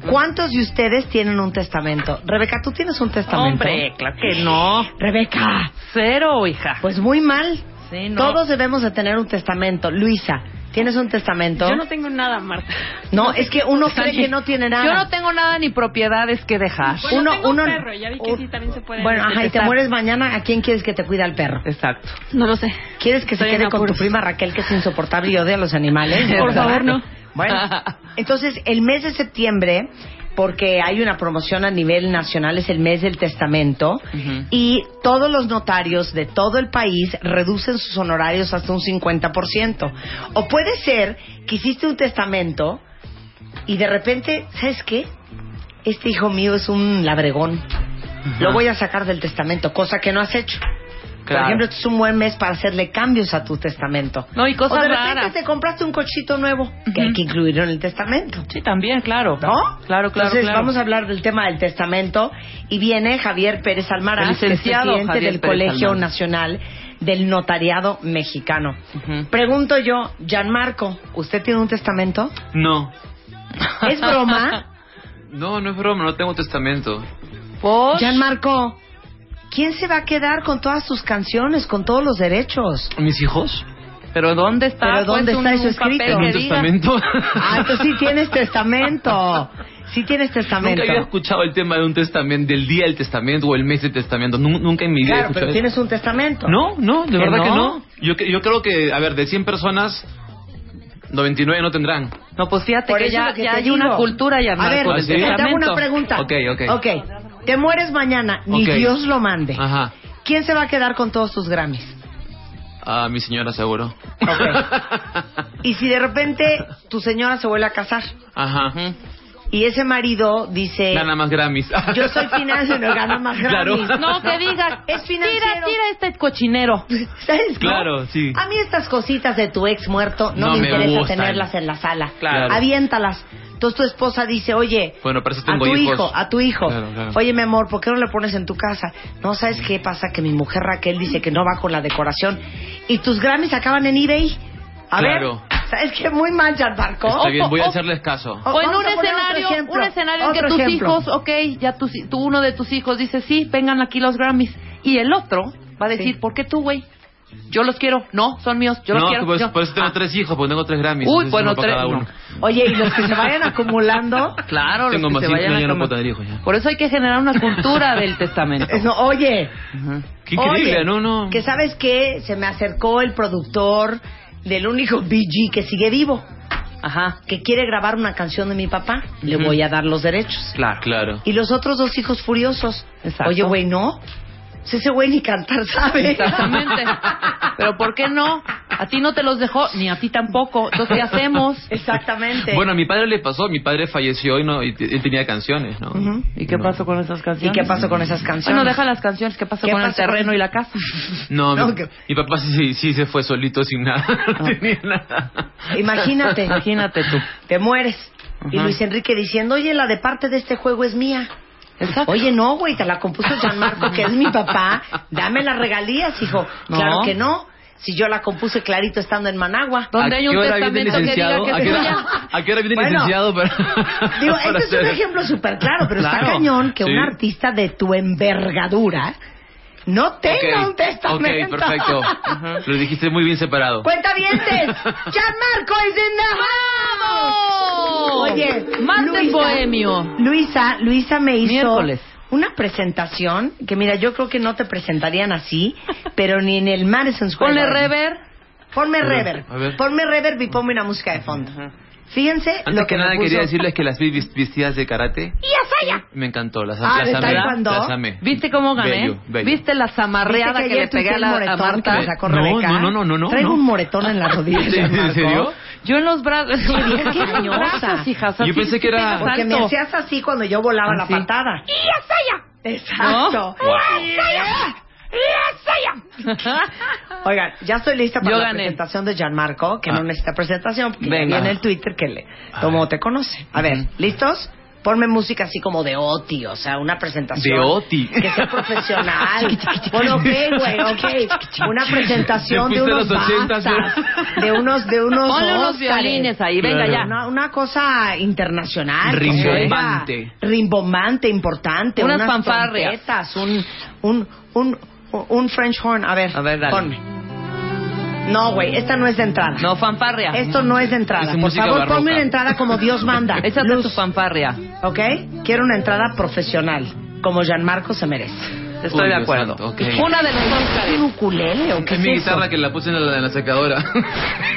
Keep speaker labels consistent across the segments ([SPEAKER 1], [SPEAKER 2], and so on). [SPEAKER 1] ¿cuántos de ustedes tienen un testamento? Rebeca, ¿tú tienes un testamento?
[SPEAKER 2] Hombre, claro que no.
[SPEAKER 1] Rebeca,
[SPEAKER 2] Cero, hija.
[SPEAKER 1] pues muy mal.
[SPEAKER 2] sí, no.
[SPEAKER 1] Todos debemos de tener un testamento. Luisa, ¿tienes un testamento?
[SPEAKER 3] Yo no tengo nada, Marta.
[SPEAKER 1] No, es que uno cree que no tiene nada.
[SPEAKER 2] Yo no tengo nada ni propiedades que dejar.
[SPEAKER 3] Bueno,
[SPEAKER 1] Uno-
[SPEAKER 3] tengo
[SPEAKER 1] uno-
[SPEAKER 3] un perro, ya vi que
[SPEAKER 1] un-
[SPEAKER 3] sí también se puede.
[SPEAKER 1] Bueno,
[SPEAKER 3] hacer.
[SPEAKER 1] ajá, y te
[SPEAKER 2] Exacto.
[SPEAKER 1] mueres mañana, ¿a quién quieres que te cuida el perro?
[SPEAKER 2] Exacto.
[SPEAKER 3] No lo sé.
[SPEAKER 1] ¿Quieres que se
[SPEAKER 3] Estoy en
[SPEAKER 1] quede con tu
[SPEAKER 3] apuros.
[SPEAKER 1] prima Raquel, que es insoportable y odia a los animales?
[SPEAKER 2] Por
[SPEAKER 1] ¿Verdad?
[SPEAKER 3] favor, no.
[SPEAKER 1] Bueno, entonces el mes de septiembre, porque hay una promoción a nivel nacional, es el mes del testamento,
[SPEAKER 2] Ujú.
[SPEAKER 1] y todos los notarios de todo el país reducen sus honorarios hasta un 50%. O puede ser que hiciste un testamento y de repente, ¿sabes qué? Este hijo mío es un labregón. Lo voy a sacar del testamento, cosa que no has hecho.
[SPEAKER 2] Claro.
[SPEAKER 1] Por ejemplo, este es un buen mes para hacerle cambios a tu testamento.
[SPEAKER 2] No, y cosas
[SPEAKER 1] o de repente
[SPEAKER 2] raras.
[SPEAKER 1] te compraste un cochito nuevo que hay que incluirlo en el testamento.
[SPEAKER 2] Sí, también, claro.
[SPEAKER 1] ¿No?
[SPEAKER 2] Claro, claro,
[SPEAKER 1] Entonces
[SPEAKER 2] claro.
[SPEAKER 1] vamos a hablar del tema del testamento y viene Javier Pérez Almaraz,
[SPEAKER 2] El
[SPEAKER 1] que es
[SPEAKER 2] licenciado
[SPEAKER 1] presidente
[SPEAKER 2] Javier
[SPEAKER 1] del
[SPEAKER 2] Pérez
[SPEAKER 1] Colegio
[SPEAKER 2] Almaraz.
[SPEAKER 1] Nacional del Notariado Mexicano.
[SPEAKER 2] Ujú.
[SPEAKER 1] Pregunto yo, Gianmarco, ¿usted tiene un testamento?
[SPEAKER 4] No,
[SPEAKER 1] ¿Es broma?
[SPEAKER 4] no, no es broma, no tengo testamento.
[SPEAKER 2] Por-
[SPEAKER 1] Gianmarco, ¿quién se va a quedar con todas sus canciones, con todos los derechos?
[SPEAKER 4] ¿Mis hijos?
[SPEAKER 2] ¿Pero dónde está?
[SPEAKER 1] ¿Pero dónde
[SPEAKER 2] Pues, un-
[SPEAKER 1] está eso
[SPEAKER 2] un papel
[SPEAKER 1] escrito?
[SPEAKER 2] que
[SPEAKER 4] ¿Un
[SPEAKER 2] diga.
[SPEAKER 4] testamento?
[SPEAKER 1] Ah, entonces sí tienes testamento. Sí tienes
[SPEAKER 4] Nunca
[SPEAKER 1] testamento.
[SPEAKER 4] había escuchado el tema de un testamento, del día del testamento o el mes del testamento. Nu- Nunca en mi vida he
[SPEAKER 1] Claro,
[SPEAKER 4] escuchado
[SPEAKER 1] pero
[SPEAKER 4] eso.
[SPEAKER 1] tienes un testamento.
[SPEAKER 4] No, no, de
[SPEAKER 2] ¿Que
[SPEAKER 4] verdad que
[SPEAKER 2] no?
[SPEAKER 4] no. Yo, que- yo creo que, a ver, de 100 personas, 99 no tendrán.
[SPEAKER 2] No, pues fíjate
[SPEAKER 1] Por
[SPEAKER 2] que
[SPEAKER 1] eso
[SPEAKER 2] ya,
[SPEAKER 1] lo que
[SPEAKER 2] ya
[SPEAKER 1] te
[SPEAKER 2] hay
[SPEAKER 1] digo.
[SPEAKER 2] una cultura ya
[SPEAKER 1] A ver,
[SPEAKER 2] con el
[SPEAKER 4] ¿sí?
[SPEAKER 1] te hago
[SPEAKER 2] testamento.
[SPEAKER 1] una pregunta.
[SPEAKER 4] Ok, ok.
[SPEAKER 1] Ok. Te mueres mañana, ni
[SPEAKER 4] Ok. Ah.
[SPEAKER 1] Dios lo mande.
[SPEAKER 4] Ajá.
[SPEAKER 1] ¿Quién se va a quedar con todos tus Grammys?
[SPEAKER 4] Ah, mi señora seguro.
[SPEAKER 1] Y si de repente tu señora se vuelve a casar
[SPEAKER 4] Ajá. Eh,
[SPEAKER 1] y ese marido dice,
[SPEAKER 4] Gana más Grammys.
[SPEAKER 1] yo soy financiero, gano más
[SPEAKER 4] Claro.
[SPEAKER 1] Grammys.
[SPEAKER 2] No, que diga,
[SPEAKER 1] Es
[SPEAKER 2] tira,
[SPEAKER 1] financiero.
[SPEAKER 2] tira este cochinero.
[SPEAKER 1] ¿Sabes no?
[SPEAKER 4] Claro, sí.
[SPEAKER 1] A mí estas cositas de tu ex muerto no,
[SPEAKER 4] No
[SPEAKER 1] me,
[SPEAKER 4] me
[SPEAKER 1] interesa
[SPEAKER 4] gustan.
[SPEAKER 1] tenerlas en la sala.
[SPEAKER 4] Claro.
[SPEAKER 1] Aviéntalas. Entonces tu esposa dice, oye,
[SPEAKER 4] Bueno, para eso
[SPEAKER 1] a
[SPEAKER 4] tengo
[SPEAKER 1] tu
[SPEAKER 4] hijos.
[SPEAKER 1] hijo, a tu hijo,
[SPEAKER 4] Claro, claro.
[SPEAKER 1] oye mi amor, ¿por qué no le pones en tu casa? No, ¿sabes qué pasa? Que mi mujer Raquel dice que no va con la decoración y tus Grammys acaban en eBay. A
[SPEAKER 4] Claro.
[SPEAKER 1] ver, ¿sabes qué? Muy mal, Gianmarco.
[SPEAKER 4] Está bien,
[SPEAKER 2] Ojo,
[SPEAKER 4] voy a
[SPEAKER 2] ojo.
[SPEAKER 4] hacerles caso.
[SPEAKER 1] Oh,
[SPEAKER 2] O en
[SPEAKER 1] vamos
[SPEAKER 2] un
[SPEAKER 1] a poner otro
[SPEAKER 2] escenario,
[SPEAKER 1] ejemplo.
[SPEAKER 2] un escenario en que
[SPEAKER 1] Otro
[SPEAKER 2] tus
[SPEAKER 1] ejemplo.
[SPEAKER 2] hijos, ok, ya tus, tú uno de tus hijos dice, sí, vengan aquí los Grammys. Y el otro va a decir,
[SPEAKER 1] Sí.
[SPEAKER 2] ¿por qué tú, güey? Yo los quiero. No, son míos. Yo los
[SPEAKER 4] no,
[SPEAKER 2] quiero.
[SPEAKER 4] pues,
[SPEAKER 2] yo-
[SPEAKER 4] por eso tengo
[SPEAKER 2] Ah.
[SPEAKER 4] tres hijos, porque tengo tres Grammys.
[SPEAKER 2] Uy,
[SPEAKER 4] entonces
[SPEAKER 2] bueno,
[SPEAKER 4] uno para
[SPEAKER 2] tres,
[SPEAKER 4] cada
[SPEAKER 2] no.
[SPEAKER 4] uno.
[SPEAKER 1] Oye, y los que se vayan acumulando...
[SPEAKER 2] Claro, los
[SPEAKER 4] Tengo
[SPEAKER 2] que
[SPEAKER 4] más
[SPEAKER 2] se
[SPEAKER 4] hijos,
[SPEAKER 2] vayan
[SPEAKER 4] no,
[SPEAKER 2] a
[SPEAKER 4] ya no
[SPEAKER 2] comer.
[SPEAKER 4] puedo tener hijos, ya.
[SPEAKER 2] Por eso hay que generar una cultura del testamento.
[SPEAKER 1] eso, oye,
[SPEAKER 2] Ujú.
[SPEAKER 4] Qué increíble,
[SPEAKER 1] Oye,
[SPEAKER 4] no, no.
[SPEAKER 1] Que sabes que se me acercó el productor del único BG que sigue vivo,
[SPEAKER 2] Ajá.
[SPEAKER 1] que quiere grabar una canción de mi papá. Le
[SPEAKER 4] Ujú.
[SPEAKER 1] voy a dar los derechos.
[SPEAKER 4] Claro, claro.
[SPEAKER 1] Y los otros dos hijos furiosos.
[SPEAKER 2] Exacto.
[SPEAKER 1] Oye, güey, no. Si ese güey ni cantar sabe.
[SPEAKER 2] Exactamente. Pero ¿por qué no? A ti no te los dejó, ni a ti tampoco. Entonces, ¿qué hacemos?
[SPEAKER 1] Exactamente.
[SPEAKER 4] Bueno, a mi padre le pasó, mi padre falleció y no y t- él tenía canciones, ¿no?
[SPEAKER 1] Ujú.
[SPEAKER 2] ¿Y qué
[SPEAKER 4] No.
[SPEAKER 2] pasó con esas
[SPEAKER 1] ¿Y
[SPEAKER 2] canciones?
[SPEAKER 1] qué pasó con esas canciones?
[SPEAKER 2] Bueno, deja las canciones. ¿Qué pasó
[SPEAKER 1] ¿Qué
[SPEAKER 2] con
[SPEAKER 1] pasó
[SPEAKER 2] el
[SPEAKER 1] con-
[SPEAKER 2] terreno y la casa?
[SPEAKER 4] No,
[SPEAKER 1] No,
[SPEAKER 4] mi,
[SPEAKER 1] que- Ah.
[SPEAKER 4] mi papá sí, sí se fue solito sin nada, no tenía nada.
[SPEAKER 1] Imagínate.
[SPEAKER 2] Imagínate tú.
[SPEAKER 1] Te mueres. Y
[SPEAKER 2] Ajá.
[SPEAKER 1] Luis Enrique diciendo, oye, la de parte de este juego es mía.
[SPEAKER 2] Exacto.
[SPEAKER 1] Oye, no, güey, te la compuso Gianmarco, que es mi papá. Dame las regalías, hijo.
[SPEAKER 2] No.
[SPEAKER 1] Claro que no. Si yo la compuse clarito estando en Managua.
[SPEAKER 2] Donde
[SPEAKER 4] ¿A
[SPEAKER 2] hay un
[SPEAKER 4] qué hora viene el
[SPEAKER 2] testamento que diga
[SPEAKER 4] licenciado?
[SPEAKER 2] que
[SPEAKER 4] ¿A
[SPEAKER 2] es
[SPEAKER 4] qué
[SPEAKER 2] tuya.
[SPEAKER 4] hora- a qué hora viene el
[SPEAKER 1] Bueno,
[SPEAKER 4] licenciado? para-
[SPEAKER 1] Digo,
[SPEAKER 4] para
[SPEAKER 1] este es un
[SPEAKER 4] hacer-
[SPEAKER 1] ejemplo súper claro, pero está
[SPEAKER 4] Claro,
[SPEAKER 1] cañón que
[SPEAKER 4] sí.
[SPEAKER 1] un artista de tu envergadura no tenga
[SPEAKER 4] Ok,
[SPEAKER 1] un testamento. Pues,
[SPEAKER 4] Ok, perfecto. Lo dijiste muy bien separado.
[SPEAKER 1] Cuenta dientes. Gianmarco is in the house. Oye,
[SPEAKER 2] Martes
[SPEAKER 1] Luisa,
[SPEAKER 2] Bohemio.
[SPEAKER 1] Luisa, Luisa me hizo
[SPEAKER 2] Miércoles.
[SPEAKER 1] una presentación que mira, yo creo que no te presentarían así, pero ni en el Madison Square
[SPEAKER 2] Ponle
[SPEAKER 1] Garden.
[SPEAKER 2] rever.
[SPEAKER 1] Ponme
[SPEAKER 4] ver,
[SPEAKER 1] reverb.
[SPEAKER 4] a ver.
[SPEAKER 1] Ponme reverb y ponme una música de fondo. Fíjense
[SPEAKER 4] Antes
[SPEAKER 1] lo
[SPEAKER 4] que,
[SPEAKER 1] que, me
[SPEAKER 4] nada
[SPEAKER 1] puso.
[SPEAKER 4] quería decirles que las vi vis- vestidas de karate.
[SPEAKER 1] ¡Ya, Saya!
[SPEAKER 4] Me encantó, las,
[SPEAKER 1] Ah,
[SPEAKER 4] las
[SPEAKER 1] ¿de
[SPEAKER 4] amé.
[SPEAKER 1] taekwondo?
[SPEAKER 4] Las amé.
[SPEAKER 2] ¿Viste cómo gané?
[SPEAKER 4] Bello, bello.
[SPEAKER 2] ¿Viste la zamarreada
[SPEAKER 1] ¿Viste
[SPEAKER 2] que,
[SPEAKER 1] ayer
[SPEAKER 2] le pegué
[SPEAKER 1] tuiteé
[SPEAKER 2] a,
[SPEAKER 1] el
[SPEAKER 2] la, a
[SPEAKER 1] moretón que
[SPEAKER 2] Marta?
[SPEAKER 1] me sacó
[SPEAKER 4] No,
[SPEAKER 1] Rebeca?
[SPEAKER 4] no, no, no, no, no.
[SPEAKER 1] Traigo un moretón en la rodilla.
[SPEAKER 4] ¿Sí? ¿En serio?
[SPEAKER 2] Yo en los brazos.
[SPEAKER 1] Oye, qué
[SPEAKER 2] En los
[SPEAKER 1] mañosa.
[SPEAKER 2] brazos, hijas.
[SPEAKER 4] Yo
[SPEAKER 2] Así
[SPEAKER 4] pensé
[SPEAKER 2] sí
[SPEAKER 4] que era-
[SPEAKER 2] pegas
[SPEAKER 1] Porque me
[SPEAKER 2] alto.
[SPEAKER 1] hacías así cuando yo volaba
[SPEAKER 2] Ah,
[SPEAKER 1] la
[SPEAKER 2] sí.
[SPEAKER 1] patada. ¡Y ya, Saya! Exacto.
[SPEAKER 4] Wow.
[SPEAKER 1] ¡Y ya, Saya! Oigan, ya estoy lista para
[SPEAKER 2] Yo
[SPEAKER 1] la
[SPEAKER 2] gané.
[SPEAKER 1] presentación de Gianmarco, que
[SPEAKER 4] Ah.
[SPEAKER 1] no necesita presentación, porque ya
[SPEAKER 4] Venga.
[SPEAKER 1] vi en el Twitter que le
[SPEAKER 4] A
[SPEAKER 1] tomó
[SPEAKER 4] ver.
[SPEAKER 1] te conoce. A ver,
[SPEAKER 4] Ujú.
[SPEAKER 1] ¿listos? Ponme música así como de Oti, o sea, una presentación.
[SPEAKER 4] De Oti.
[SPEAKER 1] Que sea profesional. bueno, ok, güey, ok. Una presentación
[SPEAKER 4] Te
[SPEAKER 1] de
[SPEAKER 4] fuiste a
[SPEAKER 1] unos
[SPEAKER 4] los 80,
[SPEAKER 1] bastas,
[SPEAKER 4] ¿sí?
[SPEAKER 1] de unos, de unos
[SPEAKER 2] Ponle unos
[SPEAKER 1] Óscares.
[SPEAKER 2] violines ahí, venga,
[SPEAKER 4] ya.
[SPEAKER 1] Una, una cosa internacional. que
[SPEAKER 4] Rimbombante.
[SPEAKER 1] se oiga Rimbombante, importante.
[SPEAKER 2] Unas
[SPEAKER 1] unas
[SPEAKER 2] fanfarrias.
[SPEAKER 1] trompetas, un, un, un, un French horn. A ver,
[SPEAKER 2] A ver, dale.
[SPEAKER 1] ponme. No, güey, esta no es de entrada.
[SPEAKER 2] No, fanfarria.
[SPEAKER 1] Esto no es de
[SPEAKER 4] Es
[SPEAKER 1] entrada. Por
[SPEAKER 4] música
[SPEAKER 1] favor,
[SPEAKER 4] barroca.
[SPEAKER 1] ponme una entrada como Dios manda.
[SPEAKER 2] Échate
[SPEAKER 1] Luz,
[SPEAKER 2] tu fanfarria.
[SPEAKER 1] ¿Ok? Quiero una entrada profesional, como Gianmarco se merece.
[SPEAKER 2] Estoy
[SPEAKER 4] Uy,
[SPEAKER 2] de
[SPEAKER 4] Dios
[SPEAKER 2] acuerdo.
[SPEAKER 4] santo, ok.
[SPEAKER 2] Una de los
[SPEAKER 1] ¿Es un
[SPEAKER 2] Óscares.
[SPEAKER 1] ukulele o qué
[SPEAKER 4] Es
[SPEAKER 1] es
[SPEAKER 4] mi
[SPEAKER 1] eso?
[SPEAKER 4] guitarra que la puse en la, en la secadora.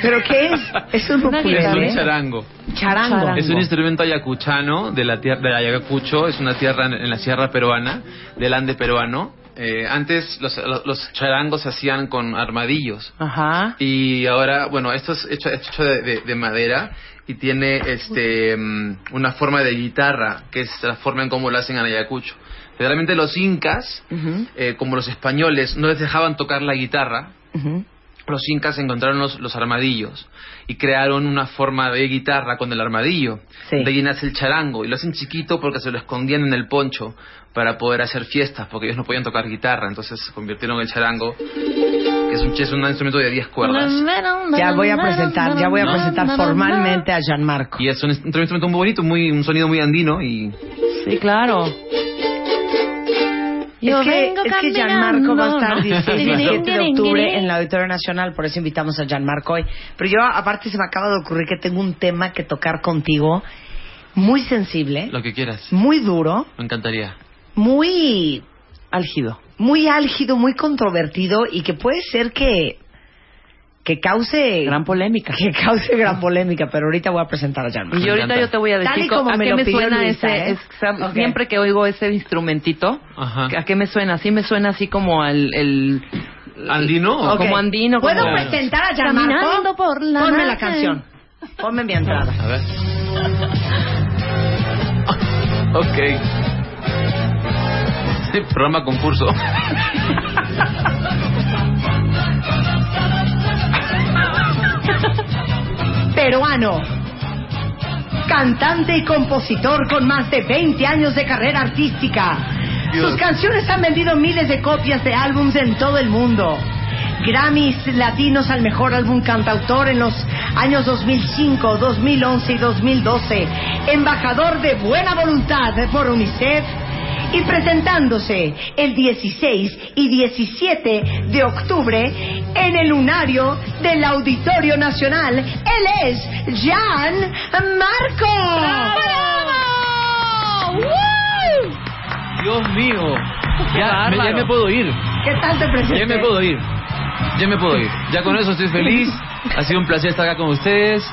[SPEAKER 1] ¿Pero qué es? ¿Es un
[SPEAKER 2] Una
[SPEAKER 4] Es un
[SPEAKER 2] guitarra.
[SPEAKER 1] ukulele?
[SPEAKER 4] charango.
[SPEAKER 1] Charango.
[SPEAKER 4] Es un instrumento ayacuchano de la tierra de Ayacucho, es una tierra en, en la sierra peruana, del ande peruano. Eh, antes los, los- los charangos se hacían con armadillos
[SPEAKER 2] Ajá.
[SPEAKER 4] y ahora, bueno, esto es hecho, es hecho de, de- de madera y tiene este mm, una forma de guitarra que es la forma en cómo lo hacen en Ayacucho. Generalmente los incas,
[SPEAKER 2] Ujú.
[SPEAKER 4] eh, como los españoles, no les dejaban tocar la guitarra,
[SPEAKER 2] Ujú.
[SPEAKER 4] los incas encontraron los, los armadillos y crearon una forma de guitarra con el armadillo.
[SPEAKER 2] Sí.
[SPEAKER 4] De ahí nace el charango y lo hacen chiquito porque se lo escondían en el poncho para poder hacer fiestas porque ellos no podían tocar guitarra. Entonces convirtieron el charango, que es un, es un instrumento de 10 cuerdas.
[SPEAKER 1] Ya voy a presentar, ya voy a presentar formalmente a Gianmarco.
[SPEAKER 4] Y es un instrumento muy bonito, muy, un sonido muy andino y
[SPEAKER 2] Sí, claro.
[SPEAKER 1] Es que, es que Gianmarco va a estar 16 y 17 de octubre en la Auditoria Nacional, por eso invitamos a Gianmarco hoy. Pero yo, aparte, se me acaba de ocurrir que tengo un tema que tocar contigo muy sensible,
[SPEAKER 4] lo que quieras.
[SPEAKER 1] muy duro,
[SPEAKER 4] Me encantaría.
[SPEAKER 1] muy
[SPEAKER 2] Álgido.
[SPEAKER 1] muy álgido, muy controvertido y que puede ser que que cause
[SPEAKER 2] Gran polémica.
[SPEAKER 1] que cause gran polémica, pero ahorita voy a presentar a
[SPEAKER 2] Y
[SPEAKER 1] Gianmarco.
[SPEAKER 4] Me
[SPEAKER 2] yo ahorita
[SPEAKER 4] encanta.
[SPEAKER 2] yo te voy a decir
[SPEAKER 1] Tal y como
[SPEAKER 2] a
[SPEAKER 1] me
[SPEAKER 2] qué
[SPEAKER 1] lo
[SPEAKER 2] me
[SPEAKER 1] pidió
[SPEAKER 2] suena
[SPEAKER 1] Luisa,
[SPEAKER 2] ese,
[SPEAKER 1] ¿eh?
[SPEAKER 2] es- sam-
[SPEAKER 1] Ok.
[SPEAKER 2] siempre que oigo ese instrumentito,
[SPEAKER 4] Ajá.
[SPEAKER 2] ¿a qué me suena? Sí me suena así como al el
[SPEAKER 4] Andino.
[SPEAKER 2] como andino.
[SPEAKER 1] ¿Puedo
[SPEAKER 2] como-
[SPEAKER 4] Claro.
[SPEAKER 1] presentar a Gianmarco?
[SPEAKER 2] Caminando por la
[SPEAKER 1] Ponme la
[SPEAKER 2] noche.
[SPEAKER 1] canción. Ponme mi entrada.
[SPEAKER 4] A ver. ok. Programa concurso.
[SPEAKER 1] peruano. Cantante y compositor con más de 20 años de carrera artística.
[SPEAKER 4] Dios.
[SPEAKER 1] Sus canciones han vendido miles de copias de álbums en todo el mundo. Grammys latinos al mejor álbum cantautor en los años 2005, 2011 y 2012. Embajador de buena voluntad por UNICEF. Y presentándose el 16 y 17 de octubre en el lunario del Auditorio Nacional, él es Jan Marco.
[SPEAKER 4] Dios mío. Ya, me, ya
[SPEAKER 2] bárbaro.
[SPEAKER 4] me puedo ir.
[SPEAKER 1] ¿Qué tal te presenté?
[SPEAKER 4] Ya me puedo ir. Ya me puedo ir. Ya con eso estoy feliz. Ha sido un placer estar acá con ustedes.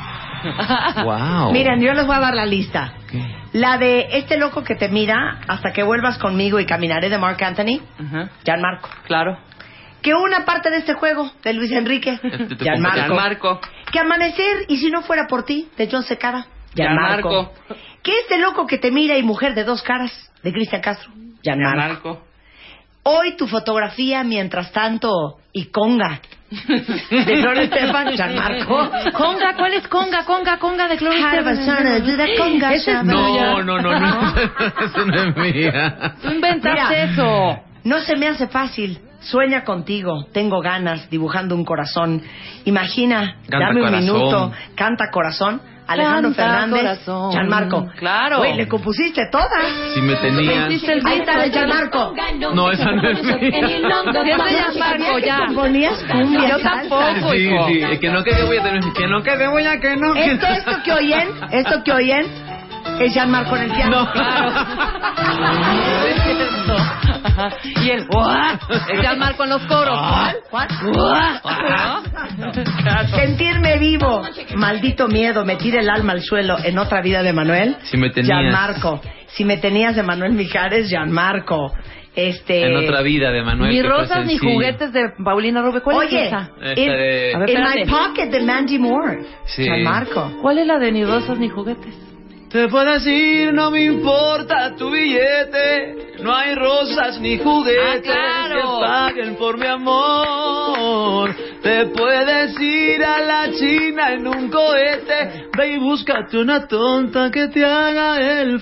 [SPEAKER 4] Wow.
[SPEAKER 1] Miren, yo les voy a dar la lista. La de este loco que te mira hasta que vuelvas conmigo y caminaré de Mark Anthony,
[SPEAKER 2] Ajá,
[SPEAKER 1] Jan Marco.
[SPEAKER 2] Claro.
[SPEAKER 1] que una parte de este juego de Luis Enrique,
[SPEAKER 4] De tu
[SPEAKER 1] Gianmarco.
[SPEAKER 4] compañero. Este, Gianmarco.
[SPEAKER 1] que Amanecer y si no fuera por ti, de John Secada, Gianmarco.
[SPEAKER 4] Gianmarco.
[SPEAKER 1] que este loco que te mira y mujer de dos caras, de Cristian Castro, Gianmarco.
[SPEAKER 4] Gianmarco.
[SPEAKER 1] Hoy tu fotografía, mientras tanto, y Conga, de Flor Estefan, Gianmarco.
[SPEAKER 2] Conga, ¿cuál es conga? Conga, conga de Clovis.
[SPEAKER 1] Ay, persona, ayuda, conga,
[SPEAKER 2] Ese es
[SPEAKER 1] chava.
[SPEAKER 4] No, no, no, no. Eso no es mía.
[SPEAKER 2] Tú inventaste
[SPEAKER 1] Mira.
[SPEAKER 2] eso.
[SPEAKER 1] No se me hace fácil. Sueña contigo, tengo ganas, dibujando un corazón. Imagina,
[SPEAKER 4] Canta
[SPEAKER 1] dame un
[SPEAKER 4] corazón.
[SPEAKER 1] minuto, canta corazón. Alejandro
[SPEAKER 2] Canta
[SPEAKER 1] Fernández,
[SPEAKER 2] corazón.
[SPEAKER 1] Gianmarco.
[SPEAKER 2] Claro.
[SPEAKER 1] Güey, le compusiste todas.
[SPEAKER 4] Si me tenían.
[SPEAKER 2] Hiciste el
[SPEAKER 1] Ahí está de
[SPEAKER 2] beso.
[SPEAKER 1] Gianmarco.
[SPEAKER 4] No, esa no es mía.
[SPEAKER 2] Ese es
[SPEAKER 1] Sabía
[SPEAKER 2] Gianmarco,
[SPEAKER 1] que
[SPEAKER 2] ya.
[SPEAKER 1] componías cumbia,
[SPEAKER 2] Yo
[SPEAKER 1] salsa.
[SPEAKER 2] tampoco,
[SPEAKER 4] Sí,
[SPEAKER 2] hijo.
[SPEAKER 4] sí. es Que no que voy a tener. Que no que voy a que no. que
[SPEAKER 2] Este
[SPEAKER 1] Esto,
[SPEAKER 4] no.
[SPEAKER 1] esto que oyen, esto que oyen, es Gianmarco en el piano.
[SPEAKER 4] No.
[SPEAKER 2] Y el ¡guau! es Gianmarco en los coros.
[SPEAKER 1] ¿Cuál?
[SPEAKER 2] ¡Guau!
[SPEAKER 1] Sentirme vivo. Maldito miedo, me tira el alma al suelo. En otra vida de Manuel.
[SPEAKER 4] Si me tenías.
[SPEAKER 1] Gianmarco. Si me tenías de Manuel Mijares, Gianmarco. Este.
[SPEAKER 4] En otra vida de Manuel.
[SPEAKER 2] Ni
[SPEAKER 4] que fue
[SPEAKER 2] rosas ni
[SPEAKER 4] sencillo.
[SPEAKER 2] juguetes de Paulina Rubio. ¿Cuál
[SPEAKER 1] Oye,
[SPEAKER 2] es esa?
[SPEAKER 4] Esta
[SPEAKER 1] in,
[SPEAKER 4] de-
[SPEAKER 2] A ver,
[SPEAKER 1] In my
[SPEAKER 2] espérate.
[SPEAKER 1] pocket de Mandy Moore.
[SPEAKER 4] Sí.
[SPEAKER 1] Gianmarco.
[SPEAKER 2] ¿Cuál es la de ni rosas ni juguetes?
[SPEAKER 4] Te puedes ir, no me importa tu billete. No hay rosas ni juguetes
[SPEAKER 2] Ah, claro.
[SPEAKER 4] que paguen por mi amor. Te puedes ir a la China en un cohete. Ve y búscate una tonta que te haga el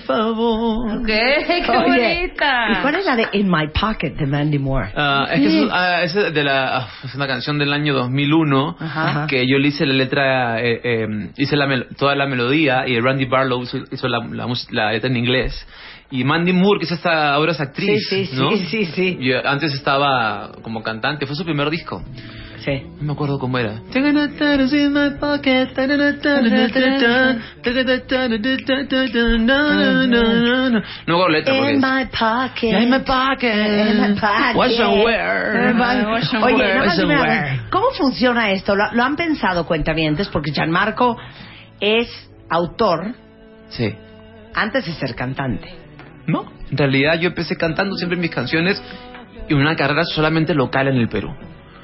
[SPEAKER 4] favor.
[SPEAKER 2] ¿Qué? ¡Qué
[SPEAKER 1] Oye,
[SPEAKER 2] bonita!
[SPEAKER 1] ¿Y cuál es la de In my pocket de Mandy Moore?
[SPEAKER 4] Ah, es que
[SPEAKER 2] Sí.
[SPEAKER 4] eso- ah, esa es, de la, ah, es una canción del año 2001
[SPEAKER 1] Ajá.
[SPEAKER 4] que yo le hice la letra, eh, eh, hice la mel- toda la melodía y Randy Barlow hizo, hizo la, la mus- la letra en inglés. Y Mandy Moore, que es esta, ahora es actriz,
[SPEAKER 1] Sí, sí,
[SPEAKER 4] ¿no?
[SPEAKER 1] sí, sí, sí.
[SPEAKER 4] Y, eh, antes estaba como cantante, fue su primer disco.
[SPEAKER 1] Sí.
[SPEAKER 4] No me acuerdo cómo era. No me acuerdo la letra porque
[SPEAKER 1] In
[SPEAKER 4] es-
[SPEAKER 1] my pocket.
[SPEAKER 4] Yeah, in my pocket.
[SPEAKER 1] In my pocket.
[SPEAKER 4] Wash and wear.
[SPEAKER 1] In my-
[SPEAKER 4] Wash and
[SPEAKER 1] Oye,
[SPEAKER 4] wear.
[SPEAKER 1] nada más
[SPEAKER 4] Wash and
[SPEAKER 1] dime una
[SPEAKER 4] wear.
[SPEAKER 1] vez, ¿cómo funciona esto? ¿Lo, lo han pensado cuentavientes? Porque Gianmarco es autor
[SPEAKER 4] Sí.
[SPEAKER 1] antes de ser cantante.
[SPEAKER 4] No, en realidad yo empecé cantando siempre mis canciones y una carrera solamente local en el Perú.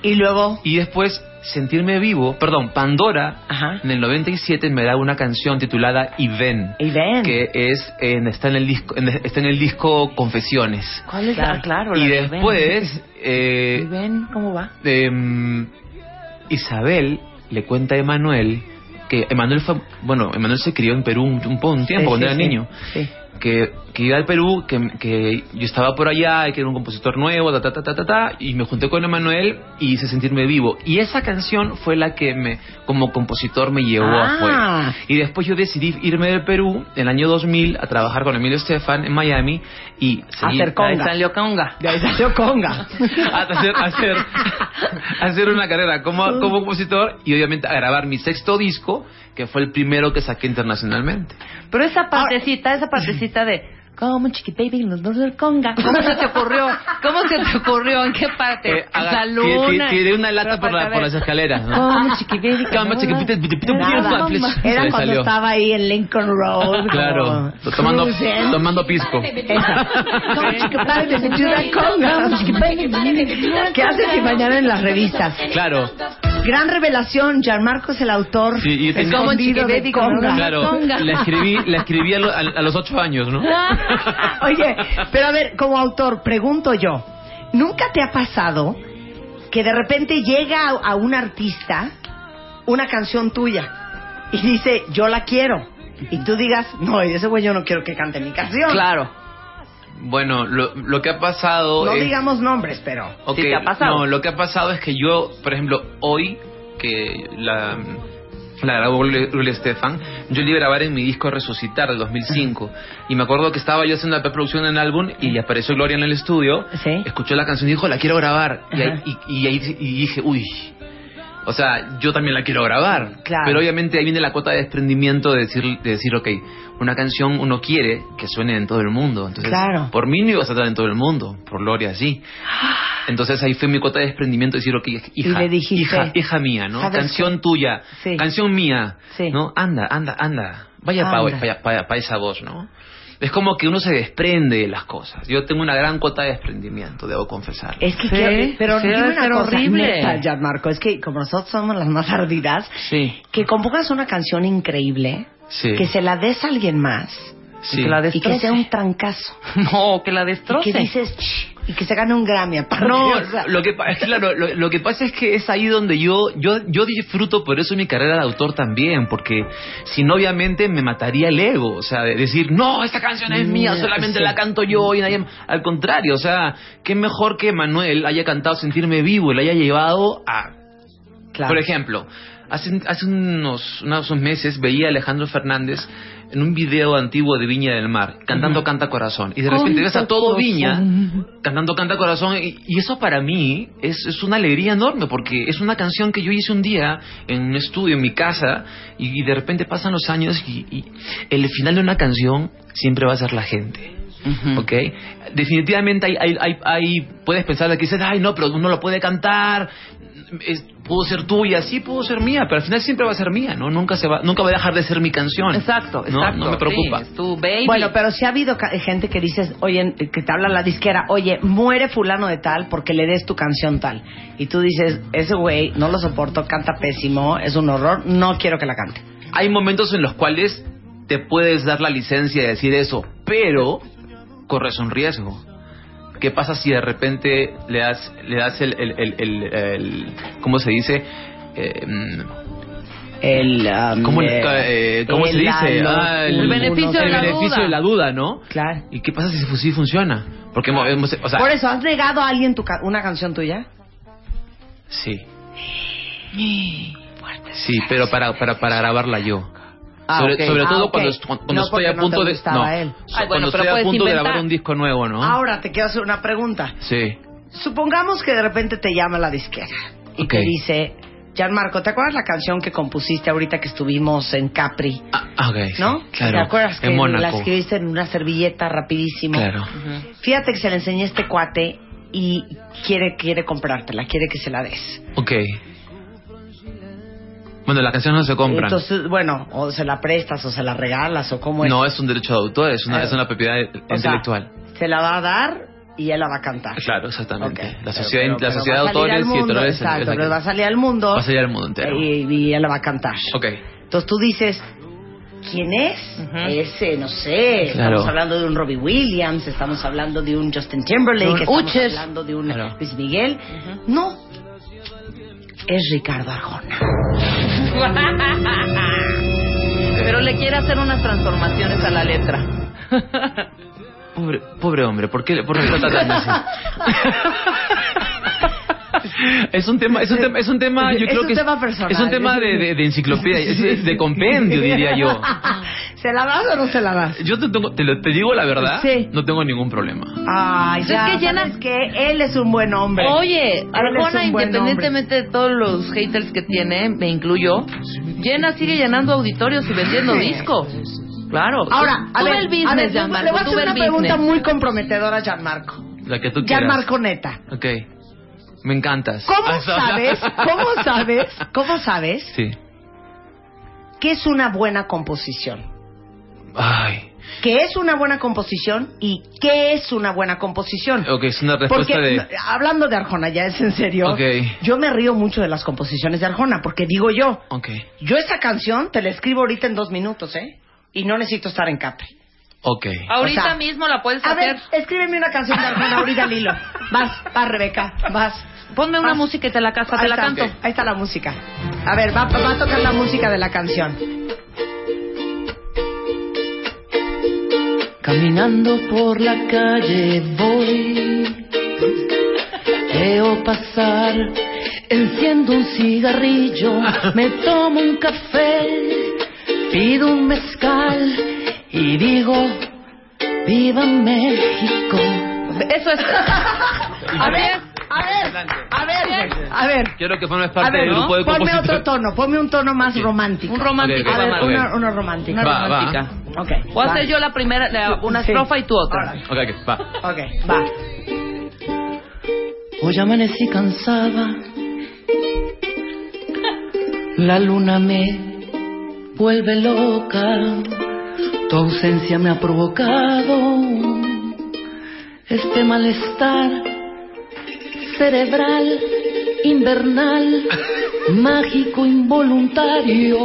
[SPEAKER 1] Y luego...
[SPEAKER 4] Y después sentirme vivo, perdón, Pandora,
[SPEAKER 1] Ajá.
[SPEAKER 4] en el 97 me da una canción titulada Y ven,
[SPEAKER 1] Y ven.
[SPEAKER 4] que es en- está en el disco en- está en el disco Confesiones.
[SPEAKER 2] ¿Cuál es
[SPEAKER 1] Ah, Claro.
[SPEAKER 2] la? Claro, la
[SPEAKER 4] Y
[SPEAKER 2] de Ben.
[SPEAKER 4] después eh,
[SPEAKER 2] ¿Y Ben cómo va?
[SPEAKER 4] em, Isabel le cuenta a Emanuel que Emanuel fue, bueno, Emanuel se crió en Perú un, un po- un tiempo
[SPEAKER 1] Sí,
[SPEAKER 4] cuando
[SPEAKER 1] sí,
[SPEAKER 4] era
[SPEAKER 1] sí.
[SPEAKER 4] niño
[SPEAKER 1] Sí.
[SPEAKER 4] que, que iba al Perú, que, que yo estaba por allá y que era un compositor nuevo, ta, ta, ta, ta, ta, ta, y me junté con Emanuel y hice sentirme vivo. Y esa canción fue la que me, como compositor me llevó
[SPEAKER 1] Ah.
[SPEAKER 4] afuera. Y después yo decidí irme del Perú en el año 2000 a trabajar con Emilio Estefan en Miami y seguí-
[SPEAKER 1] Hacer conga.
[SPEAKER 2] Salió conga.
[SPEAKER 1] De ahí salió Conga.
[SPEAKER 4] a hacer, a hacer, a hacer una carrera como, como compositor y obviamente a grabar mi sexto disco, que fue el primero que saqué internacionalmente.
[SPEAKER 2] Pero esa partecita, esa partecita de como chiqui baby los dos del conga. ¿Cómo se te ocurrió? ¿Cómo se te ocurrió? ¿En qué parte?
[SPEAKER 4] Eh, haga-
[SPEAKER 2] la
[SPEAKER 4] ti-
[SPEAKER 2] luna.
[SPEAKER 4] ti- tiré una lata
[SPEAKER 2] Pero
[SPEAKER 4] por, la-
[SPEAKER 2] para
[SPEAKER 4] por las
[SPEAKER 2] saber.
[SPEAKER 4] escaleras. ¿no?
[SPEAKER 2] Como chiqui baby.
[SPEAKER 4] Cama, chiqui, piti, piti, piti,
[SPEAKER 1] Nada.
[SPEAKER 4] piti, piti,
[SPEAKER 1] Era
[SPEAKER 4] se
[SPEAKER 1] cuando
[SPEAKER 4] salió. Ah,
[SPEAKER 1] estaba ahí en Lincoln Road.
[SPEAKER 4] Claro,
[SPEAKER 1] como
[SPEAKER 4] tomando,
[SPEAKER 1] cruising.
[SPEAKER 4] tomando pisco.
[SPEAKER 1] Esa. Como chiquipay, me sentí una conga, como chiquipay, me sentí una- ¿Qué haces si mañana en las revistas?
[SPEAKER 4] Claro,
[SPEAKER 1] Gran revelación, Gianmarco es el autor
[SPEAKER 4] Sí, y tenía-
[SPEAKER 2] Como
[SPEAKER 1] escondido
[SPEAKER 2] Chiqui
[SPEAKER 1] de
[SPEAKER 2] Baby, como
[SPEAKER 1] conga.
[SPEAKER 2] una-
[SPEAKER 4] claro.
[SPEAKER 2] Conga.
[SPEAKER 4] La escribí, la escribí a, lo- a- a los ocho años, ¿no?
[SPEAKER 1] Oye, pero a ver, como autor, pregunto yo, ¿nunca te ha pasado que de repente llega a, a un artista una canción tuya y dice, yo la quiero? Y tú digas, no, ese güey yo no quiero que cante mi canción.
[SPEAKER 2] Claro.
[SPEAKER 4] Bueno, lo, lo que ha pasado
[SPEAKER 1] No
[SPEAKER 4] es...
[SPEAKER 1] digamos nombres, pero...
[SPEAKER 4] eh. Ok,
[SPEAKER 2] Sí, te ha pasado.
[SPEAKER 4] No, lo que ha pasado es que yo, por ejemplo, hoy, que la, la grabó Luli Estefan, yo le iba a grabar en mi disco Resucitar del 2005. Y me acuerdo que estaba yo haciendo la preproducción en el álbum y apareció Gloria en el estudio,
[SPEAKER 1] Sí.
[SPEAKER 4] escuchó la canción y dijo, la quiero grabar. Y, ahí-
[SPEAKER 1] Ajá.
[SPEAKER 4] y, y ahí- y dije, uy. O sea, yo también la quiero grabar.
[SPEAKER 1] Claro.
[SPEAKER 4] Pero obviamente ahí viene la cuota de desprendimiento de decir, de decir, ok, una canción uno quiere que suene en todo el mundo. Entonces,
[SPEAKER 1] Claro.
[SPEAKER 4] por mí no iba a estar en todo el mundo, por Gloria sí. Entonces ahí fue mi cuota de desprendimiento decir, ok, hija,
[SPEAKER 1] Y le dijiste,
[SPEAKER 4] hija, hija mía, ¿no?
[SPEAKER 1] ¿sabes
[SPEAKER 4] Canción tuya,
[SPEAKER 1] Sí.
[SPEAKER 4] canción mía,
[SPEAKER 1] Sí.
[SPEAKER 4] ¿no? Anda, anda, anda, vaya
[SPEAKER 1] Anda.
[SPEAKER 4] para esa voz, ¿no? es como que uno se desprende de las cosas. Yo tengo una gran cuota de desprendimiento, debo confesar.
[SPEAKER 1] Es que,
[SPEAKER 2] Sí,
[SPEAKER 1] quiero- pero
[SPEAKER 2] sí,
[SPEAKER 1] dime
[SPEAKER 2] debe
[SPEAKER 1] una
[SPEAKER 2] ser
[SPEAKER 1] cosa
[SPEAKER 2] horrible.
[SPEAKER 1] neta, Gianmarco, es que como nosotros somos las más ardidas,
[SPEAKER 4] Sí,
[SPEAKER 1] que compongas una canción increíble,
[SPEAKER 4] sí.
[SPEAKER 1] que se la des a alguien más
[SPEAKER 4] sí.
[SPEAKER 2] que la
[SPEAKER 1] y que
[SPEAKER 2] destroce.
[SPEAKER 1] sea un trancazo.
[SPEAKER 2] No, que la
[SPEAKER 1] Y
[SPEAKER 2] destroce.
[SPEAKER 1] que dices, "Ch", y que se gane un Grammy aparte.
[SPEAKER 4] No,
[SPEAKER 1] o sea,
[SPEAKER 4] lo que, pa- claro, lo, lo que pasa es que es ahí donde yo, yo, yo disfruto por eso mi carrera de autor también, porque si no obviamente me mataría el ego, o sea, de decir, no, esta canción es mía,
[SPEAKER 1] Mm,
[SPEAKER 4] solamente
[SPEAKER 1] sí.
[SPEAKER 4] la canto yo y nadie más". Al contrario, o sea, qué mejor que Manuel haya cantado Sentirme Vivo y la haya llevado a
[SPEAKER 1] claro.
[SPEAKER 4] por ejemplo, hace, hace unos, unos meses veía a Alejandro Fernández en un video antiguo de Viña del Mar, cantando Canta Corazón. Y de repente ves a todo Viña cantando Canta Corazón. Y, y eso para mí es, es una alegría enorme, porque es una canción que yo hice un día en un estudio, en mi casa, y, y de repente pasan los años y- y el final de una canción siempre va a ser la gente. ¿ok? Definitivamente hay, hay, hay, hay- puedes pensar de que dices, ay, no, pero uno lo puede cantar, es- pudo ser tuya, sí, pudo ser mía, pero al final siempre va a ser mía, ¿no? Nunca, se va, nunca va a dejar de ser mi canción.
[SPEAKER 2] Exacto,
[SPEAKER 4] No,
[SPEAKER 2] exacto.
[SPEAKER 4] no me preocupa.
[SPEAKER 2] Sí, es tu baby.
[SPEAKER 1] Bueno, pero si ha habido ca- gente que dices, oye, que te habla la disquera, oye, muere fulano de tal porque le des tu canción tal. Y tú dices, ese güey no lo soporto, canta pésimo, es un horror, no quiero que la cante.
[SPEAKER 4] Hay momentos en los cuales te puedes dar la licencia de decir eso, pero corres un riesgo. ¿Qué pasa si de repente le das, le das el, el, el, el- el- ¿cómo se dice? Eh, mm,
[SPEAKER 1] El, um,
[SPEAKER 4] ¿Cómo,
[SPEAKER 1] eh,
[SPEAKER 4] eh, ¿cómo se
[SPEAKER 1] el
[SPEAKER 4] dice?
[SPEAKER 1] ano,
[SPEAKER 4] Ah,
[SPEAKER 2] el
[SPEAKER 1] culo,
[SPEAKER 2] beneficio
[SPEAKER 1] no sé.
[SPEAKER 2] de
[SPEAKER 4] el
[SPEAKER 2] la
[SPEAKER 4] beneficio
[SPEAKER 2] duda.
[SPEAKER 4] de la duda, ¿no?
[SPEAKER 1] Claro.
[SPEAKER 4] ¿Y qué pasa si, fu- sí funciona? Porque hemos- hemos- o sea,
[SPEAKER 1] Por eso, ¿has negado a alguien tu ca- una canción tuya?
[SPEAKER 4] sí. Sí, pero para, para, para grabarla yo.
[SPEAKER 1] Ah,
[SPEAKER 4] sobre
[SPEAKER 1] ok.
[SPEAKER 4] sobre
[SPEAKER 1] Ah,
[SPEAKER 4] todo
[SPEAKER 1] ok.
[SPEAKER 4] cuando, est- cuando
[SPEAKER 1] No,
[SPEAKER 4] estoy a
[SPEAKER 1] porque no
[SPEAKER 4] punto
[SPEAKER 1] te
[SPEAKER 4] de
[SPEAKER 1] gustaba él.
[SPEAKER 4] so-
[SPEAKER 2] Ay, bueno,
[SPEAKER 4] cuando
[SPEAKER 2] pero
[SPEAKER 4] estoy a
[SPEAKER 2] puedes
[SPEAKER 4] punto de grabar
[SPEAKER 2] inventar.
[SPEAKER 4] un disco nuevo, ¿no?
[SPEAKER 1] Ahora te quiero hacer una pregunta.
[SPEAKER 4] Sí.
[SPEAKER 1] Supongamos que de repente te llama la disquera y
[SPEAKER 4] Ok.
[SPEAKER 1] te dice, Gianmarco, ¿te acuerdas la canción que compusiste ahorita que estuvimos en Capri?
[SPEAKER 4] Ah, ah, ok, sí,
[SPEAKER 1] ¿No?
[SPEAKER 4] Claro.
[SPEAKER 1] ¿Te acuerdas que
[SPEAKER 4] en
[SPEAKER 1] la
[SPEAKER 4] Mónaco.
[SPEAKER 1] escribiste en una servilleta rapidísimo?
[SPEAKER 4] Claro.
[SPEAKER 2] Ujú.
[SPEAKER 1] Fíjate que se la enseñé a este cuate y quiere, quiere comprártela, quiere que se la des.
[SPEAKER 4] Ok. Bueno, la canción no se compra.
[SPEAKER 1] Entonces, bueno, o se la prestas o se la regalas o cómo es.
[SPEAKER 4] No es un derecho de autor, es una,
[SPEAKER 1] Claro.
[SPEAKER 4] es una propiedad
[SPEAKER 1] Eh, O sea,
[SPEAKER 4] intelectual.
[SPEAKER 1] se la va a dar y él la va a cantar.
[SPEAKER 4] Claro, exactamente.
[SPEAKER 1] Ok.
[SPEAKER 4] La
[SPEAKER 1] Pero-
[SPEAKER 4] sociedad,
[SPEAKER 1] pero-
[SPEAKER 4] la
[SPEAKER 1] pero
[SPEAKER 4] sociedad
[SPEAKER 1] va
[SPEAKER 4] de
[SPEAKER 1] a salir
[SPEAKER 4] autores
[SPEAKER 1] al
[SPEAKER 4] y
[SPEAKER 1] mundo,
[SPEAKER 4] autores. es la
[SPEAKER 1] Exacto,
[SPEAKER 4] que-
[SPEAKER 1] pero va a salir al mundo
[SPEAKER 4] va a salir al mundo entero.
[SPEAKER 1] y, y él la va a cantar.
[SPEAKER 4] Ok.
[SPEAKER 1] Entonces tú dices, ¿quién es?
[SPEAKER 2] Ujú.
[SPEAKER 1] Ese, no sé. Estamos
[SPEAKER 4] Claro.
[SPEAKER 1] hablando de un Robbie Williams, estamos hablando de un Justin Timberlake,
[SPEAKER 2] De un
[SPEAKER 1] estamos
[SPEAKER 2] Uches.
[SPEAKER 1] hablando de un
[SPEAKER 4] Claro.
[SPEAKER 1] Luis Miguel. No, es Ricardo Arjona.
[SPEAKER 2] Pero le quiere hacer unas transformaciones a la letra.
[SPEAKER 4] Pobre, pobre hombre, ¿por qué, por qué lo tratan así? Es un tema, es un tema, es un tema, yo
[SPEAKER 1] Es
[SPEAKER 4] creo
[SPEAKER 1] un
[SPEAKER 4] que
[SPEAKER 1] tema personal.
[SPEAKER 4] es un tema de, de, de enciclopedia, es de, de compendio diría yo.
[SPEAKER 1] ¿Se la das o no se la das?
[SPEAKER 4] Yo te, tengo- te, lo- te digo la verdad,
[SPEAKER 1] Sí.
[SPEAKER 4] no tengo ningún problema.
[SPEAKER 1] Ay,
[SPEAKER 2] Es
[SPEAKER 1] ya,
[SPEAKER 2] que llena-
[SPEAKER 1] ¿sabes qué? él es un buen hombre.
[SPEAKER 2] Oye,
[SPEAKER 1] un
[SPEAKER 2] Arjona,
[SPEAKER 1] buen
[SPEAKER 2] independientemente de todos los haters que tiene, me incluyo, llena, sigue llenando auditorios y vendiendo
[SPEAKER 1] Sí.
[SPEAKER 2] discos. Claro.
[SPEAKER 1] Ahora, a
[SPEAKER 2] Tú ve
[SPEAKER 1] ver,
[SPEAKER 2] el business,
[SPEAKER 1] a ver, yo
[SPEAKER 2] Gianmarco,
[SPEAKER 1] le voy a
[SPEAKER 2] tú
[SPEAKER 1] hacer
[SPEAKER 2] ve el
[SPEAKER 1] una pregunta
[SPEAKER 2] business.
[SPEAKER 1] muy comprometedora a Gianmarco.
[SPEAKER 4] La que tú quieras. Ah,
[SPEAKER 1] Gianmarco Neta.
[SPEAKER 4] Ok. Me encantas.
[SPEAKER 1] ¿Cómo sabes? ¿Cómo sabes? ¿Cómo sabes
[SPEAKER 4] Sí.
[SPEAKER 1] qué es una buena composición?
[SPEAKER 4] Ay.
[SPEAKER 1] ¿Qué es una buena composición y qué es una buena composición?
[SPEAKER 4] Ok, es una respuesta
[SPEAKER 1] Porque
[SPEAKER 4] de.
[SPEAKER 1] no, hablando de Arjona, ya es en serio.
[SPEAKER 4] Ok.
[SPEAKER 1] Yo me río mucho de las composiciones de Arjona porque digo yo,
[SPEAKER 4] Ok.
[SPEAKER 1] yo esa canción te la escribo ahorita en dos minutos, ¿eh? Y no necesito estar en Capri.
[SPEAKER 4] Ok.
[SPEAKER 2] Ahorita
[SPEAKER 1] O sea,
[SPEAKER 2] mismo la puedes
[SPEAKER 1] A
[SPEAKER 2] hacer.
[SPEAKER 1] ver, escríbeme una canción de Arjona ahorita, Lilo. Vas, vas, Rebeca, vas.
[SPEAKER 2] Ponme una
[SPEAKER 1] Vas.
[SPEAKER 2] música y te la casa, te la
[SPEAKER 1] está,
[SPEAKER 2] canto.
[SPEAKER 1] ok. Ahí está la música. A ver, va, va a tocar la música de la canción.
[SPEAKER 3] Caminando por la calle voy, veo pasar, enciendo un cigarrillo, me tomo un café, pido un mezcal y digo, viva México.
[SPEAKER 2] Eso es. A ver,
[SPEAKER 1] A ver, a ver, a ver.
[SPEAKER 4] Quiero que formes
[SPEAKER 1] A
[SPEAKER 4] parte
[SPEAKER 1] ver,
[SPEAKER 4] del grupo de
[SPEAKER 1] ponme
[SPEAKER 4] compositores.
[SPEAKER 1] otro tono, ponme un tono más romántico.
[SPEAKER 2] un romántico.
[SPEAKER 1] A
[SPEAKER 4] Ok, ok,
[SPEAKER 2] va,
[SPEAKER 1] ver,
[SPEAKER 4] vamos
[SPEAKER 2] Maru.
[SPEAKER 4] ver.
[SPEAKER 1] una, una romántica.
[SPEAKER 2] Una
[SPEAKER 4] Va, va.
[SPEAKER 2] romántica.
[SPEAKER 1] Ok.
[SPEAKER 2] Voy a
[SPEAKER 1] va.
[SPEAKER 2] hacer yo la primera, la- una
[SPEAKER 1] Sí.
[SPEAKER 2] estrofa y tú otra.
[SPEAKER 1] Órale.
[SPEAKER 4] Ok, ok, va.
[SPEAKER 1] Ok, va.
[SPEAKER 3] Hoy amanecí cansada, la luna me vuelve loca, Tu ausencia me ha provocado este malestar cerebral, invernal, mágico, involuntario,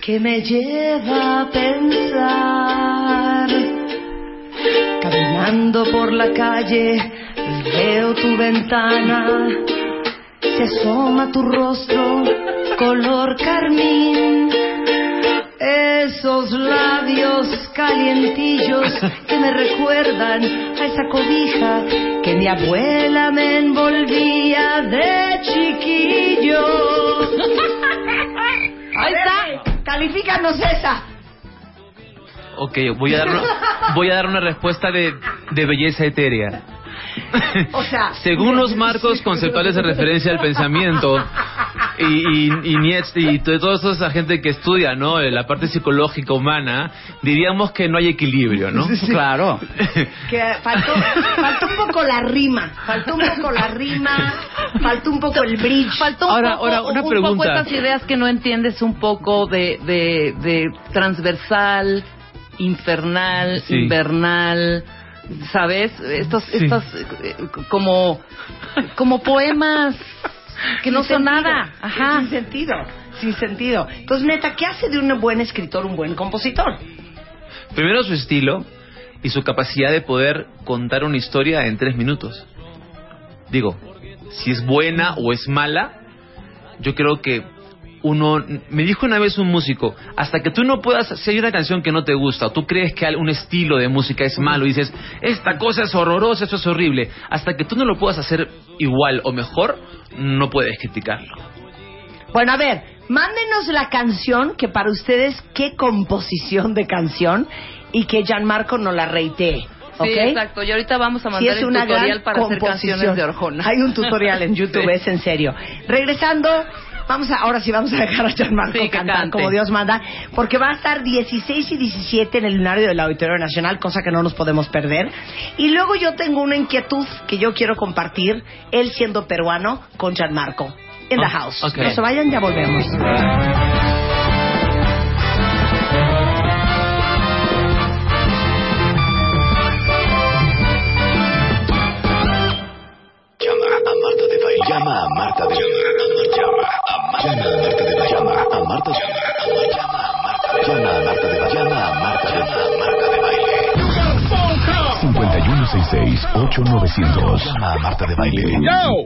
[SPEAKER 3] que me lleva a pensar. Caminando por la calle, veo tu ventana, se asoma tu rostro, color carmín. Esos labios calientillos que me recuerdan a esa cobija que mi abuela me envolvía de chiquillo.
[SPEAKER 1] Ahí está. Califícanos esa.
[SPEAKER 4] Ok, voy a dar una, voy a dar una respuesta de, de belleza etérea.
[SPEAKER 1] O sea,
[SPEAKER 4] Según los marcos conceptuales de referencia al pensamiento y, y, y Nietzsche y to- toda esa gente que estudia ¿no? la parte psicológica humana, diríamos que no hay equilibrio, ¿no?
[SPEAKER 5] Claro.
[SPEAKER 1] que faltó, faltó un poco la rima, faltó un poco la rima, faltó un poco el bridge.
[SPEAKER 2] Faltó un
[SPEAKER 4] Ahora-
[SPEAKER 2] poco,
[SPEAKER 4] ahora, una
[SPEAKER 2] un poco
[SPEAKER 4] pregunta.
[SPEAKER 2] estas ideas que no entiendes un poco de, de, de transversal, infernal,
[SPEAKER 4] Sí.
[SPEAKER 2] invernal, ¿sabes? Estos,
[SPEAKER 4] Sí.
[SPEAKER 2] estos eh, como, como poemas que no
[SPEAKER 1] Sin
[SPEAKER 2] son
[SPEAKER 1] sentido,
[SPEAKER 2] nada. Ajá.
[SPEAKER 1] Sin sentido, sin sentido. Entonces, neta, ¿qué hace de un buen escritor un buen compositor?
[SPEAKER 4] Primero su estilo y su capacidad de poder contar una historia en tres minutos. Digo, si es buena o es mala, yo creo que uno... Me dijo una vez un músico, hasta que tú no puedas... Si hay una canción que no te gusta, o tú crees que un estilo de música es malo y dices, esta cosa es horrorosa, eso es horrible, hasta que tú no lo puedas hacer igual o mejor, no puedes criticarlo.
[SPEAKER 1] Bueno, a ver, mándenos la canción que para ustedes, qué composición de canción y que Gianmarco no la reitee. ¿Ok?
[SPEAKER 2] Sí, exacto. Y ahorita vamos a
[SPEAKER 1] Si
[SPEAKER 2] mandar
[SPEAKER 1] es
[SPEAKER 2] el
[SPEAKER 1] una gran
[SPEAKER 2] tutorial para hacer
[SPEAKER 1] composición.
[SPEAKER 2] canciones de Orjona.
[SPEAKER 1] Hay un tutorial en YouTube,
[SPEAKER 4] Sí.
[SPEAKER 1] es en serio. Regresando, vamos a, ahora sí vamos a dejar a Gianmarco
[SPEAKER 2] Sí, que
[SPEAKER 1] cantar
[SPEAKER 2] cante.
[SPEAKER 1] como Dios manda, porque va a estar 16 y 17 en el lunario del Auditorio Nacional, cosa que no nos podemos perder. Y luego yo tengo una inquietud que yo quiero compartir, él siendo peruano, con Gianmarco. En
[SPEAKER 4] Ah,
[SPEAKER 2] Oh,
[SPEAKER 1] the house.
[SPEAKER 4] ok.
[SPEAKER 1] No se vayan, ya volvemos.
[SPEAKER 6] Llama a Marta de Baile. Llama a Marta de Llama a Marta de Baile. Llama a Marta de Baile. Llama a Marta de Llama a Marta de Baile. Llama a Marta de Baile. 5166-8900. Llama a Marta de Baile.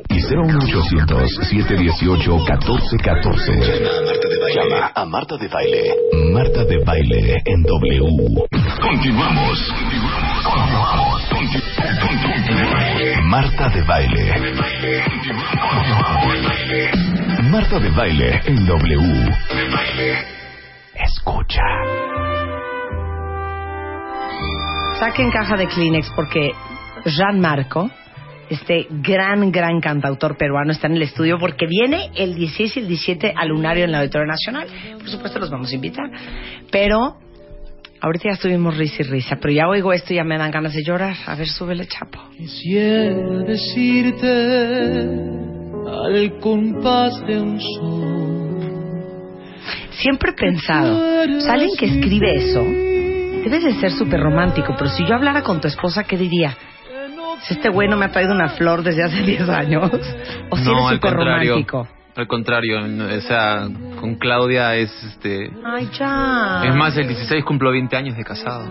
[SPEAKER 6] Y 01800-718-1414. Llama a Marta de Baile. Llama a Marta de Baile. Marta de Baile en W. Continuamos. Continuamos. Marta de Baile. Marta de Baile en W. Escucha.
[SPEAKER 1] Saquen caja de Kleenex porque Jean Marco, este gran, gran cantautor peruano, está en el estudio porque viene el 16 y el 17 al Lunario en la Auditorio Nacional. Por supuesto, los vamos a invitar. Pero ahorita ya estuvimos risa y risa, pero ya oigo esto y ya me dan ganas de llorar. A ver, súbele, chapo.
[SPEAKER 3] Quisiera decirte al compás de un sol.
[SPEAKER 1] Siempre he pensado, o sea, alguien que escribe eso, debe de ser súper romántico, pero si yo hablara con tu esposa, ¿qué diría? Si este güey no me ha traído una flor desde hace 10 años, o si eres
[SPEAKER 4] al
[SPEAKER 1] súper
[SPEAKER 4] contrario.
[SPEAKER 1] romántico.
[SPEAKER 4] Al contrario, no, o sea, con Claudia es este...
[SPEAKER 1] Ay, ya.
[SPEAKER 4] Es más, el 16 cumplo 20 años de casado.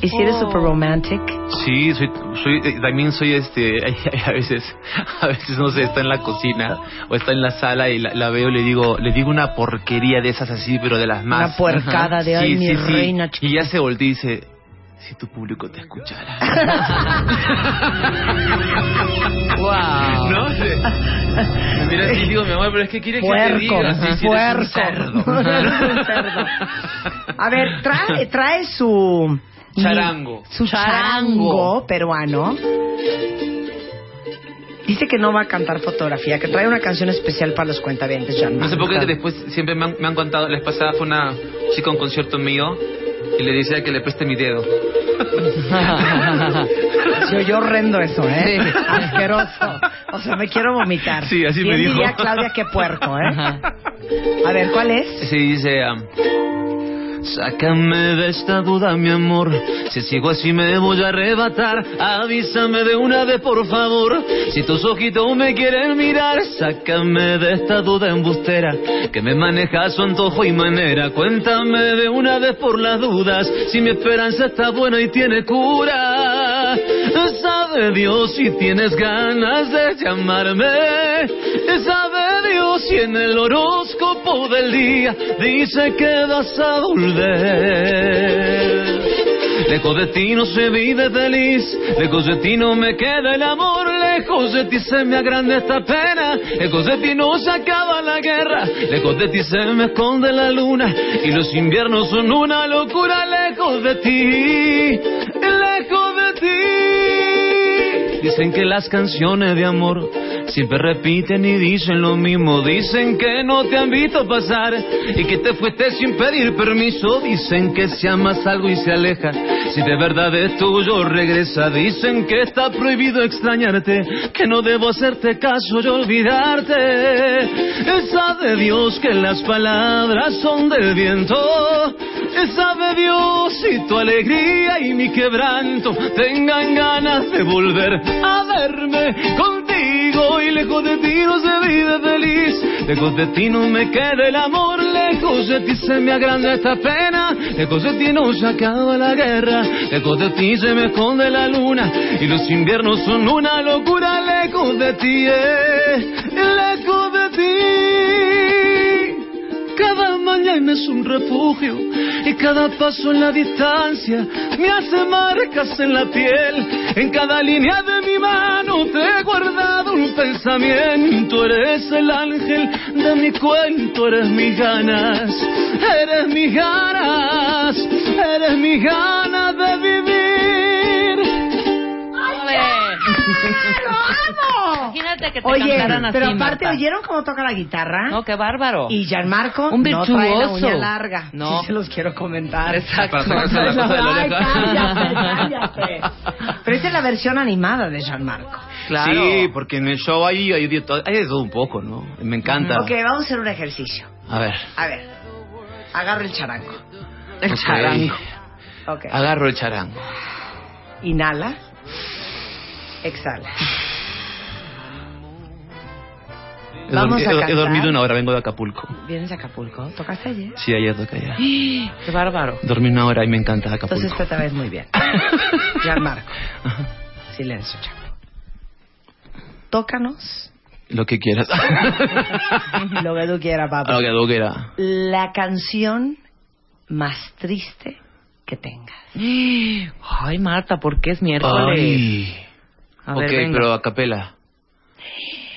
[SPEAKER 1] ¿Y si eres super romantic?
[SPEAKER 4] Sí, soy, soy- eh, también soy este, a veces, a veces no sé, está en la cocina o está en la sala y la, la veo y le digo, le digo una porquería de esas así, pero de las más.
[SPEAKER 1] Una puercada de, "Ay, mi reina
[SPEAKER 4] Y ya se voltea y dice, si tu público te escuchara.
[SPEAKER 5] Wow.
[SPEAKER 4] No sé. Mira, sí, digo, mi amor, pero es que quiere que te
[SPEAKER 1] Puerco,
[SPEAKER 4] diga. sí, sí, eres un
[SPEAKER 1] puerco. No, no eres un cerdo. A ver, trae, trae su...
[SPEAKER 4] Charango.
[SPEAKER 1] Su charango peruano. Dice que no va a cantar fotografía, que trae una canción especial para los cuentavientes, Jean.
[SPEAKER 4] No sé por qué después siempre me han, me han contado, la vez pasada fue una chica a un concierto mío y le decía que le preste mi dedo.
[SPEAKER 1] Yo, yo horrendo eso, ¿eh? Asqueroso. O sea, me quiero vomitar.
[SPEAKER 4] Sí, así me
[SPEAKER 1] Bien
[SPEAKER 4] dijo.
[SPEAKER 1] diría Claudia que puerco, ¿eh? A ver, ¿cuál es?
[SPEAKER 4] Sí, dice, am, "Ah, Sácame de esta duda, mi amor. Si sigo así me voy a arrebatar. Avísame de una vez, por favor. Si tus ojitos me quieren mirar, sácame de esta duda embustera. Que me maneja a su antojo y manera. Cuéntame de una vez por las dudas. Si mi esperanza está buena y tiene cura. Sabe Dios si tienes ganas de llamarme. Sabe Dios si en el horóscopo del día dice que vas a volver. Lejos de ti no se vive feliz, lejos de ti no me queda el amor, lejos de ti se me agranda esta pena, lejos de ti no se acaba la guerra, lejos de ti se me esconde la luna y los inviernos son una locura, lejos de ti, lejos de ti. Dicen que las canciones de amor siempre repiten y dicen lo mismo. Dicen que no te han visto pasar y que te fuiste sin pedir permiso. Dicen que si amas algo y se aleja, si de verdad es tuyo regresa. Dicen que está prohibido extrañarte, que no debo hacerte caso y olvidarte. Sabe Dios que las palabras son del viento. Sabe Dios si tu alegría y mi quebranto tengan ganas de volver a verme contigo y lejos de ti no se vive feliz, lejos de ti no me queda el amor, lejos de ti se me agranda esta pena, lejos de ti no se acaba la guerra, lejos de ti se me esconde la luna y los inviernos son una locura, lejos de ti, eh, lejos de ti. Cada mañana es un refugio y cada paso en la distancia me hace marcas en la piel. En cada línea de mi mano te he guardado un pensamiento. Eres el ángel de mi cuento, eres mis ganas, eres mis ganas, eres mis ganas de vivir.
[SPEAKER 1] ¡Lo amo!
[SPEAKER 2] Imagínate que te
[SPEAKER 1] Oye,
[SPEAKER 2] cantaran así.
[SPEAKER 1] pero aparte,
[SPEAKER 2] Marta.
[SPEAKER 1] ¿oyeron cómo toca la guitarra?
[SPEAKER 2] No, qué bárbaro.
[SPEAKER 1] Y Gianmarco
[SPEAKER 2] Un
[SPEAKER 1] no trae la uña
[SPEAKER 2] virtuoso.
[SPEAKER 1] larga.
[SPEAKER 2] No.
[SPEAKER 1] Sí se los quiero comentar.
[SPEAKER 2] Exacto.
[SPEAKER 4] Para sacarse la cosa de la
[SPEAKER 1] Ay,
[SPEAKER 4] oreja.
[SPEAKER 1] cállate, cállate. Pero esa es la versión animada de Gianmarco.
[SPEAKER 2] Claro.
[SPEAKER 4] Sí, porque en el show ahí hay de todo, hay de todo un poco, ¿no? Me encanta.
[SPEAKER 1] Ok, vamos a hacer un ejercicio.
[SPEAKER 4] A ver.
[SPEAKER 1] A ver, agarro el charanco.
[SPEAKER 4] El
[SPEAKER 2] charango.
[SPEAKER 1] Ok.
[SPEAKER 4] Agarro el charango.
[SPEAKER 1] Inhala. Exhala.
[SPEAKER 4] He,
[SPEAKER 1] Vamos
[SPEAKER 4] dormi-
[SPEAKER 1] a
[SPEAKER 4] he- he
[SPEAKER 1] cantar.
[SPEAKER 4] dormido una hora, vengo de Acapulco.
[SPEAKER 1] ¿Vienes a Acapulco? ¿Tocaste ayer?
[SPEAKER 4] Sí, ayer toca allá.
[SPEAKER 2] Qué bárbaro.
[SPEAKER 4] Dormí una hora y me encanta Acapulco.
[SPEAKER 1] Entonces esta vez muy bien. Gianmarco. Silencio, Chaco. Tócanos
[SPEAKER 4] Lo que quieras. Ah,
[SPEAKER 1] lo que tú quieras, papá.
[SPEAKER 4] Lo que tú quieras.
[SPEAKER 1] La canción más triste que tengas.
[SPEAKER 2] Ay, Marta, ¿por qué es miércoles?
[SPEAKER 4] Ay.
[SPEAKER 2] A
[SPEAKER 4] ok,
[SPEAKER 2] ver, venga.
[SPEAKER 4] pero a capela.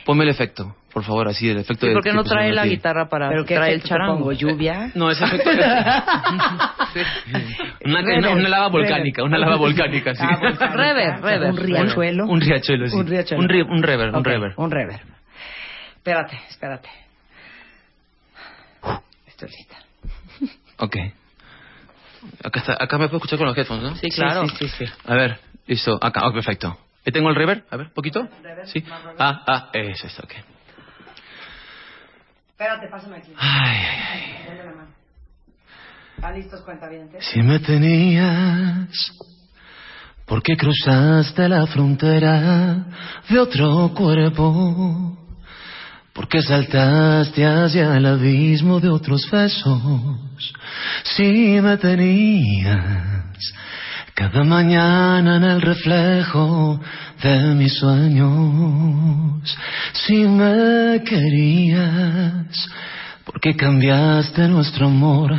[SPEAKER 4] Ponme el efecto, por favor, así, el efecto
[SPEAKER 2] ¿Y
[SPEAKER 4] de.
[SPEAKER 2] por qué no
[SPEAKER 4] que pusieron
[SPEAKER 2] trae la
[SPEAKER 4] aquí.
[SPEAKER 2] guitarra para
[SPEAKER 1] ¿Pero qué
[SPEAKER 2] traer el
[SPEAKER 1] efecto te
[SPEAKER 2] charango?
[SPEAKER 1] pongo? ¿Lluvia?
[SPEAKER 4] No, ese efecto. una, una, Eh, una lava volcánica, una lava volcánica, sí.
[SPEAKER 1] Ah, volcánica.
[SPEAKER 2] Rever, rever.
[SPEAKER 1] Un riachuelo.
[SPEAKER 4] Un riachuelo, sí.
[SPEAKER 1] Un riachuelo.
[SPEAKER 4] Un, ri- un rever, un
[SPEAKER 1] Ok,
[SPEAKER 4] rever.
[SPEAKER 1] Un rever. Espérate, espérate. Estoy lista.
[SPEAKER 4] Ok. Acá, está, acá me puedo escuchar con los headphones, ¿no?
[SPEAKER 2] Sí, claro.
[SPEAKER 1] Sí, sí, sí, sí.
[SPEAKER 4] A ver, listo, acá, oh, perfecto. ¿Y tengo el reverb? A ver, poquito. Sí. Ah, ah, eso está, ok.
[SPEAKER 1] Espérate, pásame aquí.
[SPEAKER 4] Ay, ay, ay.
[SPEAKER 1] Denme la mano. ¿Están listos, cuentavientes?
[SPEAKER 4] Si me tenías, ¿por qué cruzaste la frontera de otro cuerpo? ¿Por qué saltaste hacia el abismo de otros besos? Si me tenías, cada mañana en el reflejo de mis sueños. Si me querías, ¿por qué cambiaste nuestro amor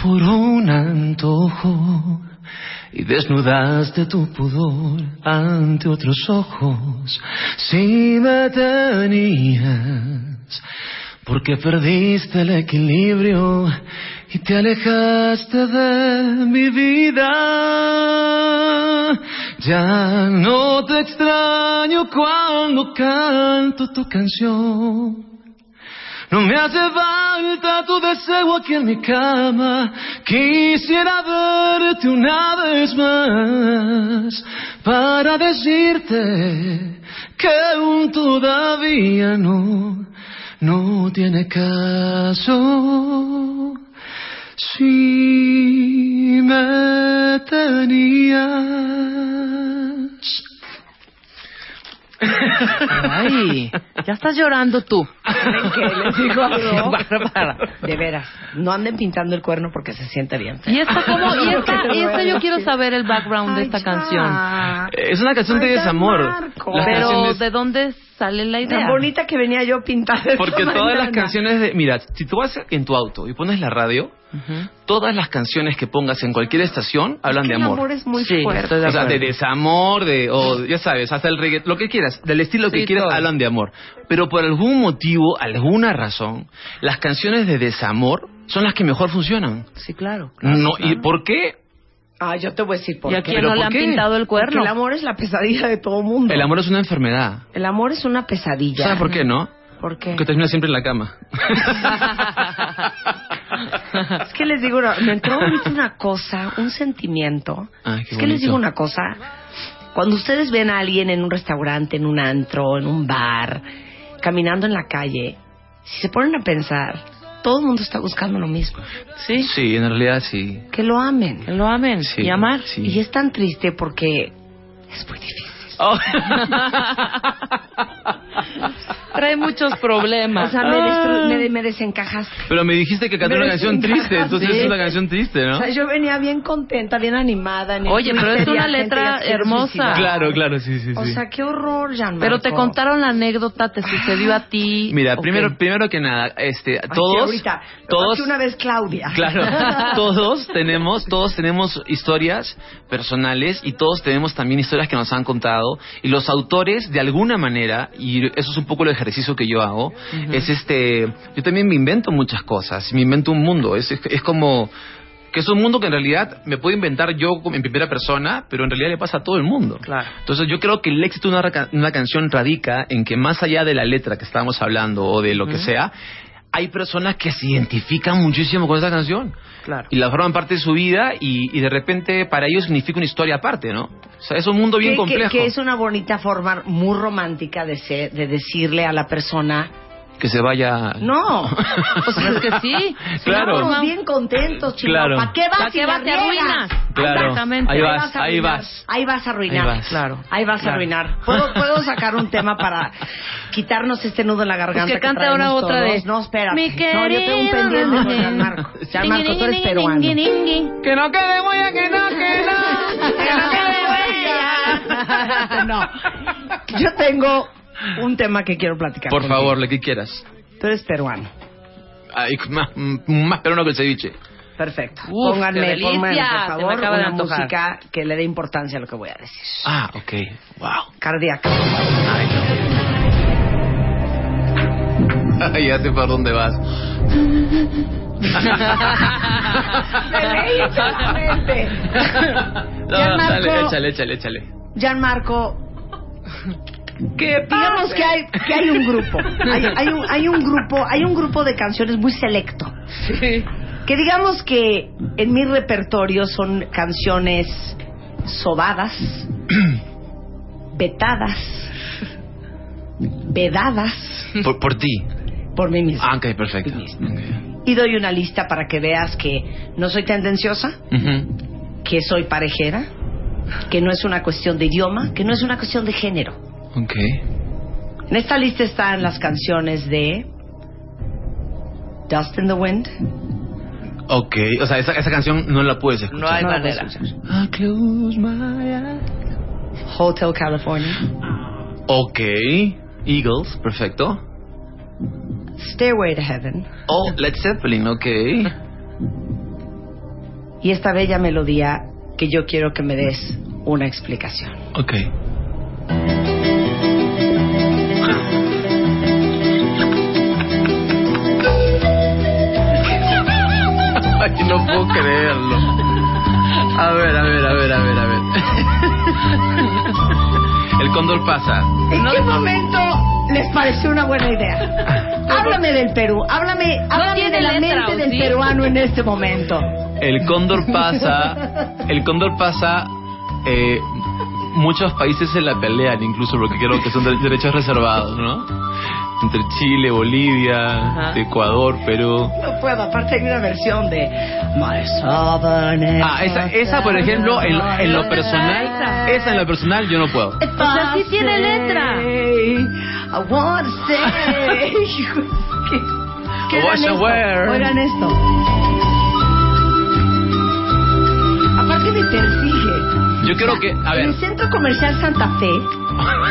[SPEAKER 4] por un antojo? Y desnudaste tu pudor ante otros ojos. Si me tenías, porque perdiste el equilibrio y te alejaste de mi vida. Ya no te extraño cuando canto tu canción. No me hace falta tu deseo aquí en mi cama. Quisiera verte una vez más para decirte que aún todavía no, no tiene caso. Si
[SPEAKER 3] me tenías.
[SPEAKER 2] Ay, ya estás llorando tú.
[SPEAKER 1] ¿Saben qué? Les digo algo.
[SPEAKER 2] Bárbara.
[SPEAKER 1] De veras, no anden pintando el cuerno porque se siente bien.
[SPEAKER 2] ¿Y esta cómo? ¿Y esta,
[SPEAKER 1] Porque
[SPEAKER 2] y esta yo
[SPEAKER 1] duele.
[SPEAKER 2] quiero saber el background de esta canción.
[SPEAKER 4] Es una canción de
[SPEAKER 1] Ay, ya,
[SPEAKER 4] desamor.
[SPEAKER 1] Marco.
[SPEAKER 4] Las
[SPEAKER 2] Pero,
[SPEAKER 4] canciones-
[SPEAKER 2] ¿de dónde sale la idea?
[SPEAKER 1] Tan bonita que venía yo pintada.
[SPEAKER 4] Porque
[SPEAKER 1] esta
[SPEAKER 4] todas las
[SPEAKER 1] mañana.
[SPEAKER 4] canciones de... Mira, si tú vas en tu auto y pones la radio,
[SPEAKER 2] Ujú.
[SPEAKER 4] todas las canciones que pongas en cualquier estación hablan de
[SPEAKER 1] El
[SPEAKER 4] amor.
[SPEAKER 1] amor es muy
[SPEAKER 2] Sí,
[SPEAKER 1] fuerte.
[SPEAKER 2] estoy de
[SPEAKER 4] o sea, de
[SPEAKER 2] acuerdo.
[SPEAKER 4] desamor, de, o ya sabes, hasta el reggaetón, lo que quieras, del estilo que
[SPEAKER 2] Sí,
[SPEAKER 4] quieras,
[SPEAKER 2] todo.
[SPEAKER 4] hablan de amor. Pero por algún motivo, alguna razón, las canciones de desamor son las que mejor funcionan.
[SPEAKER 2] Sí, claro.
[SPEAKER 4] no, ¿Y por qué?
[SPEAKER 1] Ah, yo te voy a decir por
[SPEAKER 2] ¿Y a
[SPEAKER 1] qué.
[SPEAKER 2] quién
[SPEAKER 4] ¿Pero
[SPEAKER 2] no
[SPEAKER 4] por
[SPEAKER 2] le han
[SPEAKER 4] qué?
[SPEAKER 2] pintado el
[SPEAKER 1] Porque
[SPEAKER 2] cuerno?
[SPEAKER 1] el amor es la pesadilla de todo mundo.
[SPEAKER 4] El amor es una enfermedad.
[SPEAKER 1] El amor es una pesadilla.
[SPEAKER 4] ¿Sabes por qué, no?
[SPEAKER 1] ¿Por qué?
[SPEAKER 4] Porque termina siempre en la cama.
[SPEAKER 1] Es que les digo, una- me entró ahorita una cosa, un sentimiento.
[SPEAKER 4] Ay, qué
[SPEAKER 1] es que les digo
[SPEAKER 4] bonito.
[SPEAKER 1] una cosa. Cuando ustedes ven a alguien en un restaurante, en un antro, en un bar, caminando en la calle, si se ponen a pensar, todo el mundo está buscando lo mismo.
[SPEAKER 2] Sí.
[SPEAKER 4] Sí, en realidad sí.
[SPEAKER 1] Que lo amen.
[SPEAKER 2] Que lo amen
[SPEAKER 4] Sí,
[SPEAKER 2] y amar.
[SPEAKER 4] sí.
[SPEAKER 1] Y es tan triste porque es muy difícil.
[SPEAKER 4] Oh.
[SPEAKER 2] Trae muchos problemas. Ah.
[SPEAKER 1] O sea, me, destru- me, me desencajaste.
[SPEAKER 4] Pero me dijiste que canté
[SPEAKER 1] Me
[SPEAKER 4] una canción triste,
[SPEAKER 1] desencajaste.
[SPEAKER 4] entonces es una canción triste, ¿no?
[SPEAKER 1] O sea, yo venía bien contenta, bien animada. en el
[SPEAKER 2] Oye, pero es
[SPEAKER 1] Twitter,
[SPEAKER 2] una
[SPEAKER 1] y la gente
[SPEAKER 2] letra
[SPEAKER 1] ya se quiere
[SPEAKER 2] hermosa.
[SPEAKER 1] suicidar.
[SPEAKER 4] Claro, claro, sí, sí, sí.
[SPEAKER 1] O sea, qué horror, Jan
[SPEAKER 2] Pero te
[SPEAKER 1] Marco.
[SPEAKER 2] contaron la anécdota, te sucedió a ti.
[SPEAKER 4] Mira,
[SPEAKER 2] Ok.
[SPEAKER 4] primero, primero que nada, este,
[SPEAKER 1] Aquí
[SPEAKER 4] todos,
[SPEAKER 1] ahorita,
[SPEAKER 4] todos,
[SPEAKER 1] Aquí una vez Claudia.
[SPEAKER 4] claro, todos tenemos, todos tenemos historias personales y todos tenemos también historias que nos han contado y los autores de alguna manera y eso es un poco el ejercicio que yo hago es este, yo también me invento muchas cosas, me invento un mundo, es, es, es como que es un mundo que en realidad me puedo inventar yo como en primera persona, pero en realidad le pasa a todo el mundo.
[SPEAKER 1] Claro.
[SPEAKER 4] Entonces yo creo que el éxito de una, ra- una canción radica en que más allá de la letra que estábamos hablando o de lo que sea, hay personas que se identifican muchísimo con esa canción.
[SPEAKER 1] Claro.
[SPEAKER 4] Y la forman parte de su vida y, y de repente para ellos significa una historia aparte, ¿no? O sea, es un mundo bien
[SPEAKER 1] Que- que,
[SPEAKER 4] complejo.
[SPEAKER 1] que es una bonita forma muy romántica de, ser- de decirle a la persona,
[SPEAKER 4] Que se vaya...
[SPEAKER 1] no, pues
[SPEAKER 2] O sea, es que sí.
[SPEAKER 4] Claro.
[SPEAKER 1] estamos bien contentos, chicos.
[SPEAKER 4] Claro.
[SPEAKER 1] ¿Para qué vas
[SPEAKER 2] ¿Para
[SPEAKER 1] si
[SPEAKER 2] qué
[SPEAKER 1] la
[SPEAKER 2] vas? Te
[SPEAKER 1] riegas?
[SPEAKER 2] arruinas.
[SPEAKER 4] Claro.
[SPEAKER 2] Exactamente. Pues
[SPEAKER 4] Ahí vas,
[SPEAKER 1] a
[SPEAKER 4] ahí
[SPEAKER 1] arruinar,
[SPEAKER 4] vas.
[SPEAKER 1] Ahí vas a arruinar.
[SPEAKER 4] Ahí vas.
[SPEAKER 1] Claro. Ahí vas a
[SPEAKER 2] Claro.
[SPEAKER 1] arruinar. ¿Puedo, puedo sacar un tema para quitarnos este nudo en la garganta.
[SPEAKER 2] Pues que cante ahora
[SPEAKER 1] traemos
[SPEAKER 2] otra
[SPEAKER 1] todos?
[SPEAKER 2] vez.
[SPEAKER 1] No, espera.
[SPEAKER 2] Mi
[SPEAKER 1] No, yo tengo un
[SPEAKER 2] querido
[SPEAKER 1] pendiente con
[SPEAKER 2] Daniel.
[SPEAKER 1] Gianmarco. Gianmarco, tú eres peruano.
[SPEAKER 4] Que no quede huella, que no, que no.
[SPEAKER 1] Que no te me vayas. No. Yo tengo un tema que quiero platicar.
[SPEAKER 4] Por
[SPEAKER 1] contigo.
[SPEAKER 4] favor, lo que quieras.
[SPEAKER 1] Tú eres peruano.
[SPEAKER 4] Ay, más, más peruano que el ceviche.
[SPEAKER 1] Perfecto.
[SPEAKER 2] Uf,
[SPEAKER 1] pónganme,
[SPEAKER 2] qué delicia.
[SPEAKER 1] pónganme,
[SPEAKER 2] Se me
[SPEAKER 1] por favor,
[SPEAKER 2] acaba de
[SPEAKER 1] una
[SPEAKER 2] antojar.
[SPEAKER 1] música que le dé importancia a lo que voy a decir.
[SPEAKER 4] Ah, ok. Wow.
[SPEAKER 1] Cardíaca.
[SPEAKER 4] Ay, ya sé por dónde vas.
[SPEAKER 1] leí solamente.
[SPEAKER 4] No, no, dale,
[SPEAKER 1] Marco.
[SPEAKER 4] échale, échale, échale.
[SPEAKER 1] Gianmarco,
[SPEAKER 4] ¿Qué
[SPEAKER 1] digamos que hay, que hay un grupo. Hay, hay un, hay un grupo, hay un grupo de canciones muy selecto. Que digamos que en mi repertorio son canciones sobadas, vetadas, vedadas
[SPEAKER 4] Por, por ti.
[SPEAKER 1] por mí misma.
[SPEAKER 4] Ah, ok, perfecto. Ok.
[SPEAKER 1] Y doy una lista para que veas que no soy tendenciosa,
[SPEAKER 4] Ujú.
[SPEAKER 1] que soy parejera, que no es una cuestión de idioma, que no es una cuestión de género.
[SPEAKER 4] Ok.
[SPEAKER 1] En esta lista están las canciones de Dust in the Wind.
[SPEAKER 4] Ok, o sea, esa, esa canción no la puedes escuchar.
[SPEAKER 2] No hay
[SPEAKER 1] No la
[SPEAKER 2] manera.
[SPEAKER 1] puedes escuchar.
[SPEAKER 4] I close my eyes.
[SPEAKER 1] Hotel California.
[SPEAKER 4] Ok. Eagles, perfecto.
[SPEAKER 1] Stairway to Heaven.
[SPEAKER 4] Oh, Led Zeppelin, ok.
[SPEAKER 1] Y esta bella melodía que yo quiero que me des una explicación.
[SPEAKER 4] Ok. Ay, no puedo creerlo. A ver, a ver, a ver, a ver, a ver. El cóndor pasa.
[SPEAKER 1] ¿En qué momento les pareció una buena idea? Háblame del Perú, háblame, háblame
[SPEAKER 2] tiene
[SPEAKER 1] de la
[SPEAKER 2] letra,
[SPEAKER 1] mente
[SPEAKER 2] ¿o
[SPEAKER 1] del
[SPEAKER 2] sí?
[SPEAKER 1] peruano en este momento.
[SPEAKER 4] El cóndor pasa. El cóndor pasa. eh, muchos países se la pelean, incluso porque creo que son de- derechos reservados, ¿no? entre Chile, Bolivia,
[SPEAKER 1] Ajá.
[SPEAKER 4] Ecuador, Perú.
[SPEAKER 1] No puedo, aparte hay una versión de My Southern
[SPEAKER 4] Ah, esa, esa por ejemplo, en, lo- en lo personal, esa en lo personal yo no puedo.
[SPEAKER 2] O sea, sí tiene letra.
[SPEAKER 1] I wanna say. ¿Qué
[SPEAKER 4] Wash
[SPEAKER 1] eran esto?
[SPEAKER 4] aware.
[SPEAKER 1] Oigan esto. Aparte me persigue.
[SPEAKER 4] Yo creo que, a
[SPEAKER 1] En
[SPEAKER 4] ver,
[SPEAKER 1] el centro comercial Santa Fe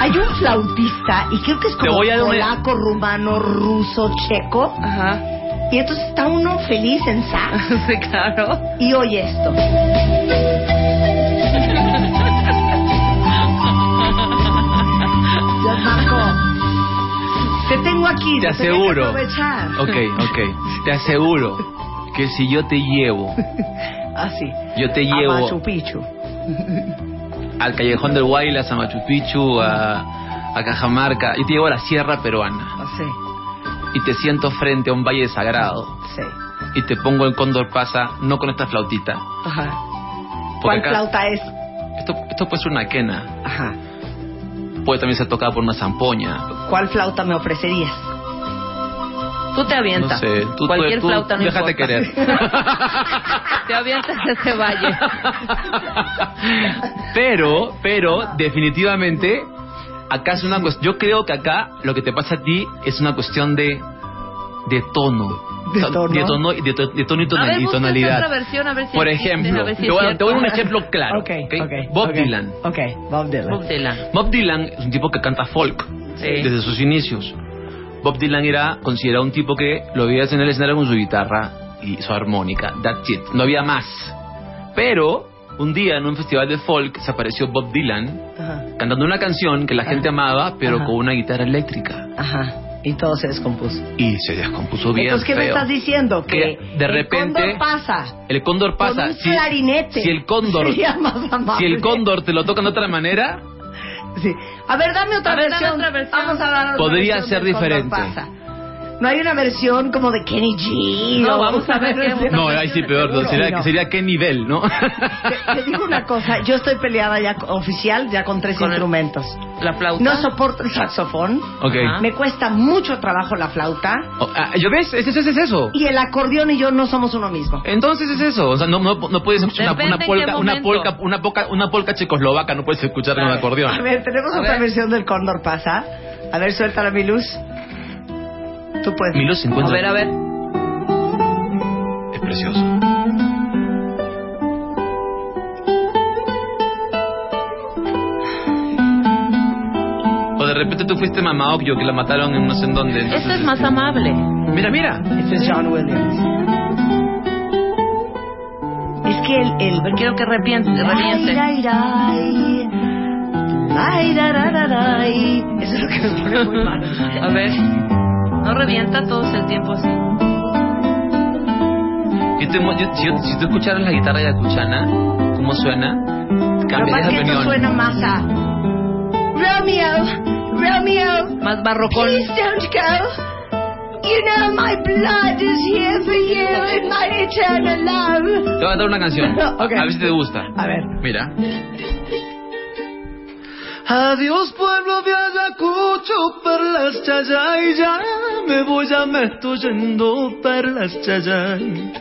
[SPEAKER 1] hay un flautista y creo que es
[SPEAKER 4] Te
[SPEAKER 1] como
[SPEAKER 4] voy a dar una-
[SPEAKER 1] polaco, rumano, ruso, checo.
[SPEAKER 2] Ajá.
[SPEAKER 1] Y entonces está uno feliz en sax
[SPEAKER 2] Sí, claro.
[SPEAKER 1] y oye esto. Dios, Marco, te tengo aquí.
[SPEAKER 4] te
[SPEAKER 1] lo tenía que
[SPEAKER 4] aseguro.
[SPEAKER 1] aprovechar.
[SPEAKER 4] Ok, ok. Te aseguro que si yo te llevo,
[SPEAKER 1] Así.
[SPEAKER 4] yo te
[SPEAKER 1] Ah, A
[SPEAKER 4] llevo
[SPEAKER 1] Machu Picchu.
[SPEAKER 4] al Callejón del Guaylas, a Machu Picchu, a, a Cajamarca. Yo te llevo a la Sierra Peruana
[SPEAKER 1] Ah, Sí,
[SPEAKER 4] y te siento frente a un valle sagrado
[SPEAKER 1] sí.
[SPEAKER 4] y te pongo el cóndor pasa, no con esta flautita.
[SPEAKER 1] Ajá.
[SPEAKER 4] porque
[SPEAKER 1] ¿Cuál
[SPEAKER 4] acá-
[SPEAKER 1] flauta es?
[SPEAKER 4] Esto, esto puede ser una quena,
[SPEAKER 1] Ajá.
[SPEAKER 4] puede también ser tocada por una zampoña.
[SPEAKER 1] ¿Cuál flauta me ofrecerías?
[SPEAKER 2] Tú te
[SPEAKER 4] No
[SPEAKER 2] avientas.
[SPEAKER 4] sé, tú,
[SPEAKER 2] Cualquier
[SPEAKER 4] tú- tú
[SPEAKER 2] flauta no
[SPEAKER 4] déjate
[SPEAKER 2] importa. Te avientas a ese valle.
[SPEAKER 4] querer. pero, pero, definitivamente, acá es una cuestión. Yo creo que acá lo que te pasa a ti es una cuestión de, de tono.
[SPEAKER 1] De
[SPEAKER 4] To-
[SPEAKER 1] tono.
[SPEAKER 4] De tono, y- de to- de tono y,
[SPEAKER 2] a
[SPEAKER 4] tonal-
[SPEAKER 2] ver,
[SPEAKER 4] y
[SPEAKER 2] busca
[SPEAKER 4] tonalidad.
[SPEAKER 2] otra versión, a ver si
[SPEAKER 4] Por
[SPEAKER 2] existe,
[SPEAKER 4] ejemplo,
[SPEAKER 2] a ver si
[SPEAKER 4] te
[SPEAKER 2] es
[SPEAKER 4] voy a, te voy a dar un
[SPEAKER 2] cierto.
[SPEAKER 4] ejemplo claro.
[SPEAKER 1] Ok,
[SPEAKER 4] ¿ok?
[SPEAKER 1] ok,
[SPEAKER 4] Bob
[SPEAKER 1] ok.
[SPEAKER 4] Dylan.
[SPEAKER 1] Ok, Bob Dylan.
[SPEAKER 2] Bob Dylan.
[SPEAKER 4] Bob Dylan es un tipo que canta folk
[SPEAKER 2] Sí.
[SPEAKER 4] desde sus inicios. Bob Dylan era considerado un tipo que lo veías en el escenario con su guitarra y su armónica. That's it. No había más. Pero un día en un festival de folk se apareció Bob Dylan
[SPEAKER 1] Ajá,
[SPEAKER 4] cantando una canción que la gente amaba, pero
[SPEAKER 1] Ah. Ajá.
[SPEAKER 4] con una guitarra eléctrica.
[SPEAKER 1] ajá. Y todo se descompuso.
[SPEAKER 4] Y se descompuso bien.
[SPEAKER 1] Entonces, ¿qué me
[SPEAKER 4] feo.
[SPEAKER 1] estás diciendo? Que,
[SPEAKER 4] Que de repente-
[SPEAKER 1] El cóndor pasa.
[SPEAKER 4] El cóndor pasa.
[SPEAKER 1] Con un
[SPEAKER 4] si,
[SPEAKER 1] clarinete.
[SPEAKER 4] si el cóndor,
[SPEAKER 1] Sería más amable.
[SPEAKER 4] si el cóndor te lo tocan de otra manera,
[SPEAKER 1] Sí. A ver, dame otra,
[SPEAKER 2] A ver, dame
[SPEAKER 1] versión.
[SPEAKER 2] otra versión.
[SPEAKER 1] Vamos a dar otra
[SPEAKER 4] Podría
[SPEAKER 1] versión
[SPEAKER 4] ser
[SPEAKER 1] del cóndor
[SPEAKER 4] diferente.
[SPEAKER 1] pasa. No hay una versión como de Kenny G.
[SPEAKER 2] No,
[SPEAKER 1] o-
[SPEAKER 2] vamos a ver qué-
[SPEAKER 4] no, ahí sí peor.
[SPEAKER 1] seguro.
[SPEAKER 4] Sería,
[SPEAKER 1] Sí, no.
[SPEAKER 4] sería qué nivel, ¿no?
[SPEAKER 1] Te, te digo una cosa. Yo estoy peleada ya co- oficial, ya con tres
[SPEAKER 2] Con el-
[SPEAKER 1] instrumentos.
[SPEAKER 2] La flauta. Ah.
[SPEAKER 1] No soporto el saxofón.
[SPEAKER 4] ok.
[SPEAKER 2] Ajá.
[SPEAKER 1] Me cuesta mucho trabajo la flauta.
[SPEAKER 4] Oh, ah, ¿Yo ves? Es, es- es eso.
[SPEAKER 1] Y el acordeón y yo no somos uno mismo.
[SPEAKER 4] Entonces es eso. O sea, no, no, no puedes escuchar una,
[SPEAKER 2] Depende
[SPEAKER 4] una
[SPEAKER 2] en
[SPEAKER 4] polca,
[SPEAKER 2] qué
[SPEAKER 4] una
[SPEAKER 2] momento.
[SPEAKER 4] polca, una polca, una polca checoslovaca, no puedes escuchar con un
[SPEAKER 1] A
[SPEAKER 4] acordeón.
[SPEAKER 1] ver, tenemos
[SPEAKER 2] A
[SPEAKER 1] otra
[SPEAKER 2] ver.
[SPEAKER 1] versión del Cóndor Pasa. A ver, suéltala mi luz. Tú puedes.
[SPEAKER 4] Milo se
[SPEAKER 2] A
[SPEAKER 4] encuentra.
[SPEAKER 2] ver, a ver.
[SPEAKER 6] Es precioso.
[SPEAKER 4] O de repente tú fuiste mamá Occhio que la mataron en no sé en dónde. Entonces,
[SPEAKER 2] Esto Este es más amable.
[SPEAKER 4] Mira, mira.
[SPEAKER 1] Este es John Williams. Es que el... el...
[SPEAKER 2] Quiero que repiente, reviente.
[SPEAKER 1] Ay, ay, ay. Ay, ra, ra, ra, ra, ay. Eso es lo que nos pone muy mal.
[SPEAKER 2] A ver. No revienta todos el tiempo así.
[SPEAKER 4] Yo te mu- yo- si, yo- si tú escucharas la guitarra yacuchana, ¿cómo suena? Cambiarías
[SPEAKER 1] Capaz
[SPEAKER 4] de
[SPEAKER 1] que esto
[SPEAKER 4] opinión.
[SPEAKER 1] suena más a... Romeo, Romeo,
[SPEAKER 2] Más barrocón.
[SPEAKER 1] Please don't go. You know my blood is here for you in my eternal love.
[SPEAKER 4] Te voy a dar una canción.
[SPEAKER 1] Ok.
[SPEAKER 4] A ver si te gusta.
[SPEAKER 1] A ver.
[SPEAKER 4] Mira. Adiós pueblo de Ayacucho, perlas chayay, ya me voy, ya me estoy yendo, perlas chayay.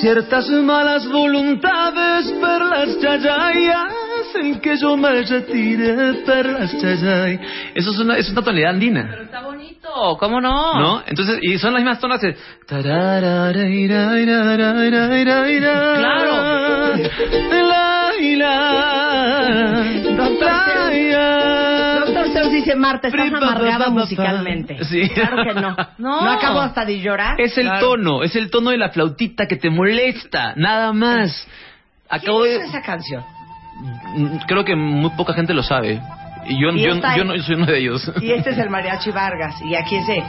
[SPEAKER 4] Ciertas malas voluntades, perlas chayay, hacen que yo me retire, perlas chayay. Eso es una, es una tonalidad andina.
[SPEAKER 2] Pero está
[SPEAKER 1] Oh,
[SPEAKER 2] bonito, ¿cómo no?
[SPEAKER 4] ¿No? Entonces, y son las mismas tonas de... Claro.
[SPEAKER 1] Doctor Seuss dice, Marta, estás amargada musicalmente.
[SPEAKER 4] Sí.
[SPEAKER 1] Claro que no.
[SPEAKER 2] No.
[SPEAKER 1] No acabo hasta de llorar.
[SPEAKER 4] Es el tono, es el tono de la flautita que te molesta, nada más. Acabo
[SPEAKER 1] ¿Quién hizo
[SPEAKER 4] de... Mm,
[SPEAKER 1] esa canción?
[SPEAKER 4] Creo que muy poca gente lo sabe. Y yo,
[SPEAKER 1] Y
[SPEAKER 4] yo,
[SPEAKER 1] esta
[SPEAKER 4] yo
[SPEAKER 1] es-
[SPEAKER 4] no, yo soy uno de ellos.
[SPEAKER 1] Y este es el mariachi Vargas. Y aquí se...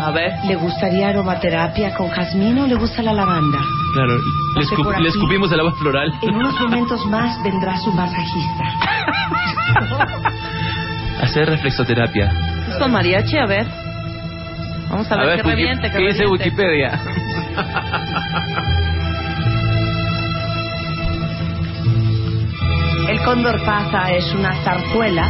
[SPEAKER 2] A ver.
[SPEAKER 1] ¿Le gustaría aromaterapia con jazmín o le gusta la lavanda?
[SPEAKER 4] Claro. Le,
[SPEAKER 1] Pase
[SPEAKER 4] escup-
[SPEAKER 1] por
[SPEAKER 4] le
[SPEAKER 1] aquí.
[SPEAKER 4] escupimos el agua floral.
[SPEAKER 1] En unos momentos más vendrá su masajista.
[SPEAKER 4] Hacer reflexoterapia.
[SPEAKER 2] Es con mariachi, a ver. Vamos a ver, qué
[SPEAKER 4] Wiki-
[SPEAKER 2] reviente, que
[SPEAKER 4] ¿qué dice
[SPEAKER 2] reviente.
[SPEAKER 4] Wikipedia?
[SPEAKER 1] El cóndor pasa es una zarzuela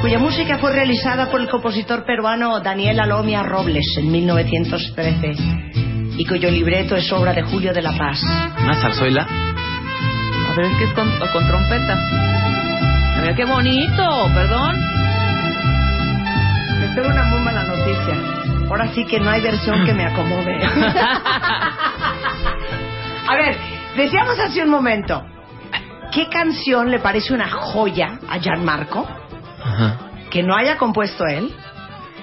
[SPEAKER 1] cuya música fue realizada por el compositor peruano Daniel Alomia Robles en 1913 y cuyo libreto es obra de Julio de la Paz.
[SPEAKER 4] ¿Una zarzuela?
[SPEAKER 2] A ver, es que es con, con trompeta. A ver, qué bonito, perdón.
[SPEAKER 1] Les tengo una muy mala noticia. Ahora sí que no hay versión que me acomode. A ver, decíamos hace un momento, ¿qué canción le parece una joya a Gianmarco
[SPEAKER 4] Ajá.
[SPEAKER 1] que no haya compuesto él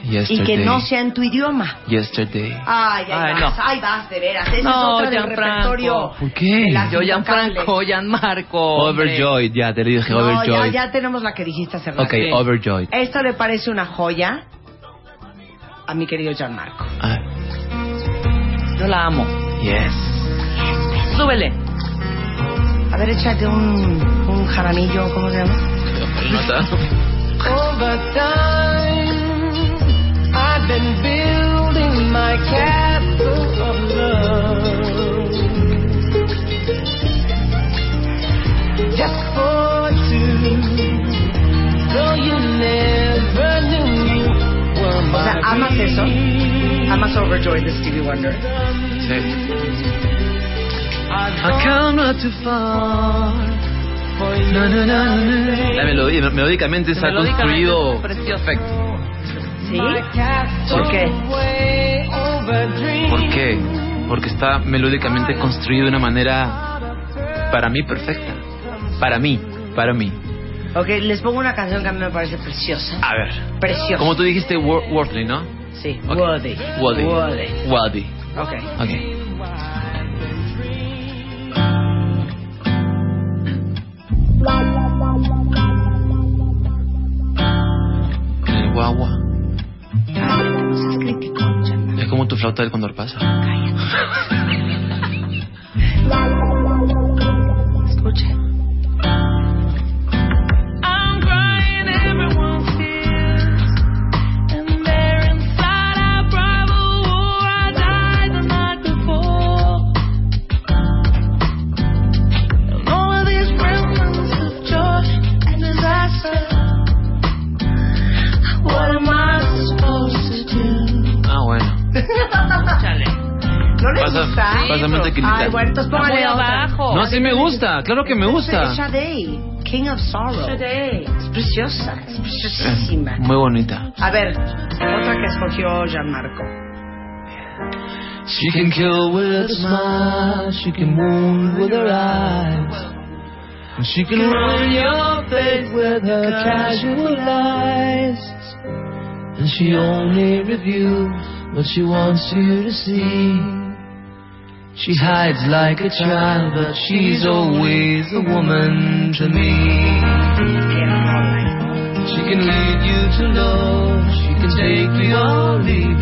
[SPEAKER 4] Yesterday.
[SPEAKER 1] y que no sea en tu idioma?
[SPEAKER 4] Yesterday.
[SPEAKER 1] Ay, ay,
[SPEAKER 4] Ay,
[SPEAKER 1] vas,
[SPEAKER 4] no.
[SPEAKER 1] ay, vas, de veras. Ese
[SPEAKER 2] No,
[SPEAKER 1] es otro del
[SPEAKER 2] Gianfranco.
[SPEAKER 1] repertorio.
[SPEAKER 4] ¿Por qué?
[SPEAKER 1] de las
[SPEAKER 2] Yo, Gianfranco,
[SPEAKER 1] intocables.
[SPEAKER 2] Gianmarco. hombre.
[SPEAKER 4] Overjoyed, ya te dije,
[SPEAKER 1] No, ya,
[SPEAKER 4] overjoyed.
[SPEAKER 1] ya tenemos la que dijiste hace rato.
[SPEAKER 4] Ok, overjoyed.
[SPEAKER 1] Esto le parece una joya a mi querido Gianmarco.
[SPEAKER 4] Ah,
[SPEAKER 2] Yo la amo.
[SPEAKER 4] yes.
[SPEAKER 2] Súbele.
[SPEAKER 1] A ver, échate un, un jaramillo, ¿cómo se llama?
[SPEAKER 4] No está.
[SPEAKER 7] Over time, I've been building my castle of love. Just for two, though you never knew you were my
[SPEAKER 1] O sea, ¿amas eso?
[SPEAKER 7] dream.
[SPEAKER 1] Amas Overjoyed de Stevie Wonder.
[SPEAKER 4] Sí.
[SPEAKER 7] I've come not too far for you.
[SPEAKER 4] La melodía, me- melódicamente está
[SPEAKER 2] Melódicamente
[SPEAKER 4] construido
[SPEAKER 2] es precioso.
[SPEAKER 4] perfecto.
[SPEAKER 1] ¿Sí?
[SPEAKER 7] My castle
[SPEAKER 1] ¿Por qué?
[SPEAKER 7] way over dreams.
[SPEAKER 4] ¿Por qué? Porque está melódicamente construido de una manera para mí perfecta. Para mí, para mí.
[SPEAKER 1] Ok, les pongo una canción que a mí me parece preciosa.
[SPEAKER 4] A ver.
[SPEAKER 1] Preciosa.
[SPEAKER 4] Como Ah, tú dijiste, wor- Worldly, ¿no?
[SPEAKER 1] Sí,
[SPEAKER 4] Ok.
[SPEAKER 1] Worthy.
[SPEAKER 4] Worldly.
[SPEAKER 1] Worthy.
[SPEAKER 4] Worldly.
[SPEAKER 1] Ok.
[SPEAKER 4] Ok. El guagua.
[SPEAKER 1] No seas crítico, Gianmarco.
[SPEAKER 4] Es como tu flauta del condor pasa.
[SPEAKER 1] Escucha.
[SPEAKER 7] I'm crying everyone's tears, and there inside I cry the war I died the night before. And all of these remnants of joy and disaster. What am I supposed to do?
[SPEAKER 4] Ah, bueno.
[SPEAKER 1] ¿No les
[SPEAKER 4] Pasa-
[SPEAKER 1] gusta?
[SPEAKER 4] pásame un tequilita.
[SPEAKER 1] Ay, bueno, entonces
[SPEAKER 2] Está muy
[SPEAKER 1] póngale otra.
[SPEAKER 2] abajo.
[SPEAKER 4] No, sí me gusta. Claro que me
[SPEAKER 1] Es
[SPEAKER 4] gusta.
[SPEAKER 1] Sade, King of Sorrow. Es preciosa, es preciosísima.
[SPEAKER 4] Muy bonita.
[SPEAKER 1] A ver, otra que escogió Gianmarco.
[SPEAKER 4] She can kill with a smile, she can wound with her eyes, and she can ruin your face with her casual lies. And she only reviews what she wants you to see. She hides like a child, but she's always a woman to me. She can lead you to love, she can take you or leave.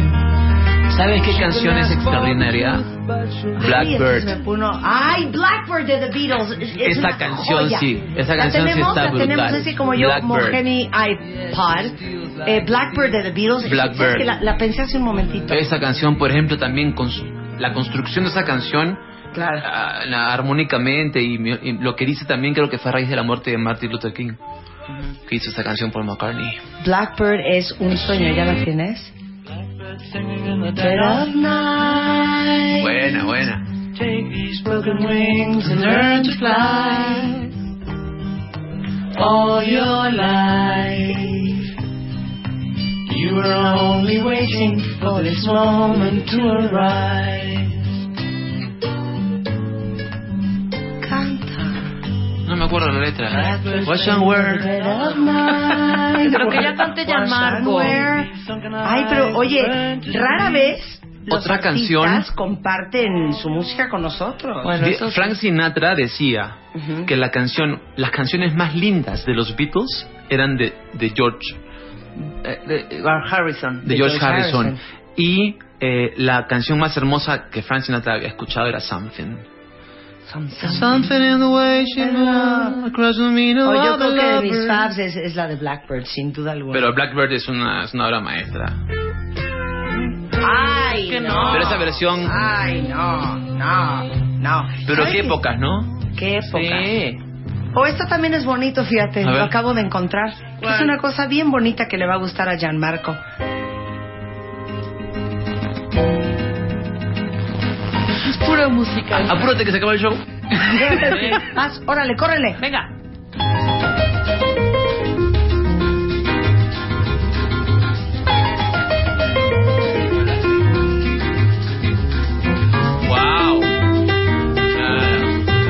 [SPEAKER 4] ¿Sabes qué canción es extraordinaria?
[SPEAKER 1] Ay, esa se me puso- Ay, Blackbird de The Beatles. Es- es
[SPEAKER 4] Esa
[SPEAKER 1] una
[SPEAKER 4] canción
[SPEAKER 1] joya.
[SPEAKER 4] sí, esa canción sí
[SPEAKER 1] la tenemos,
[SPEAKER 4] está
[SPEAKER 1] la tenemos
[SPEAKER 4] brutal.
[SPEAKER 1] así como yo
[SPEAKER 4] Blackbird.
[SPEAKER 1] mojé mi iPod. Eh, Blackbird de The Beatles.
[SPEAKER 4] Blackbird.
[SPEAKER 1] ¿Sabes que la, la pensé hace un momentito.
[SPEAKER 4] Esa canción, por ejemplo, también con la construcción de esa canción
[SPEAKER 1] Claro.
[SPEAKER 4] ah, la- armónicamente y, mi- y lo que dice también creo que fue a raíz de la muerte de Martin Luther King que hizo esa canción por McCartney.
[SPEAKER 1] Blackbird es un sueño, ¿ya la tienes? Dead of night.
[SPEAKER 4] Buena, buena.
[SPEAKER 7] Take these broken wings and learn to fly all your life. You were only waiting for this moment to arrive.
[SPEAKER 4] No me acuerdo la letra. Watch and wear.
[SPEAKER 1] Dead of night.
[SPEAKER 2] Pero que ya cante Gianmarco.
[SPEAKER 1] Ay, pero oye, rara vez los
[SPEAKER 4] Otra
[SPEAKER 1] artistas
[SPEAKER 4] canción.
[SPEAKER 1] comparten su música con nosotros.
[SPEAKER 4] Di- Frank Sinatra decía
[SPEAKER 1] Ujú.
[SPEAKER 4] que la canción, las canciones más lindas de los Beatles eran de, de George eh,
[SPEAKER 7] uh,
[SPEAKER 4] de-
[SPEAKER 1] Harrison.
[SPEAKER 4] de, George, Harrison. Y eh, la canción más hermosa que Frank Sinatra había escuchado era Something. Something in the way she moved across the meadow
[SPEAKER 1] Oh, yo
[SPEAKER 4] of a
[SPEAKER 1] creo que de mis
[SPEAKER 4] lover.
[SPEAKER 1] faves es, es la de Blackbird, sin duda alguna.
[SPEAKER 4] Pero Blackbird es una, es una obra maestra.
[SPEAKER 1] Ay,
[SPEAKER 2] que
[SPEAKER 1] no.
[SPEAKER 2] no.
[SPEAKER 4] Pero esa versión.
[SPEAKER 1] Ay, no, no, no.
[SPEAKER 4] Pero
[SPEAKER 1] ¿Sabes
[SPEAKER 4] qué épocas, ¿no?
[SPEAKER 1] ¿Qué época?
[SPEAKER 4] Sí.
[SPEAKER 1] O esta también es bonito, fíjate,
[SPEAKER 4] A
[SPEAKER 1] lo
[SPEAKER 4] ver.
[SPEAKER 1] acabo de encontrar. que Es una cosa bien bonita que le va a gustar a Gianmarco.
[SPEAKER 2] Es pura música.
[SPEAKER 4] Apúrate que se acaba el show.
[SPEAKER 1] Más, órale, córrele.
[SPEAKER 2] Venga.
[SPEAKER 4] ¡Wow!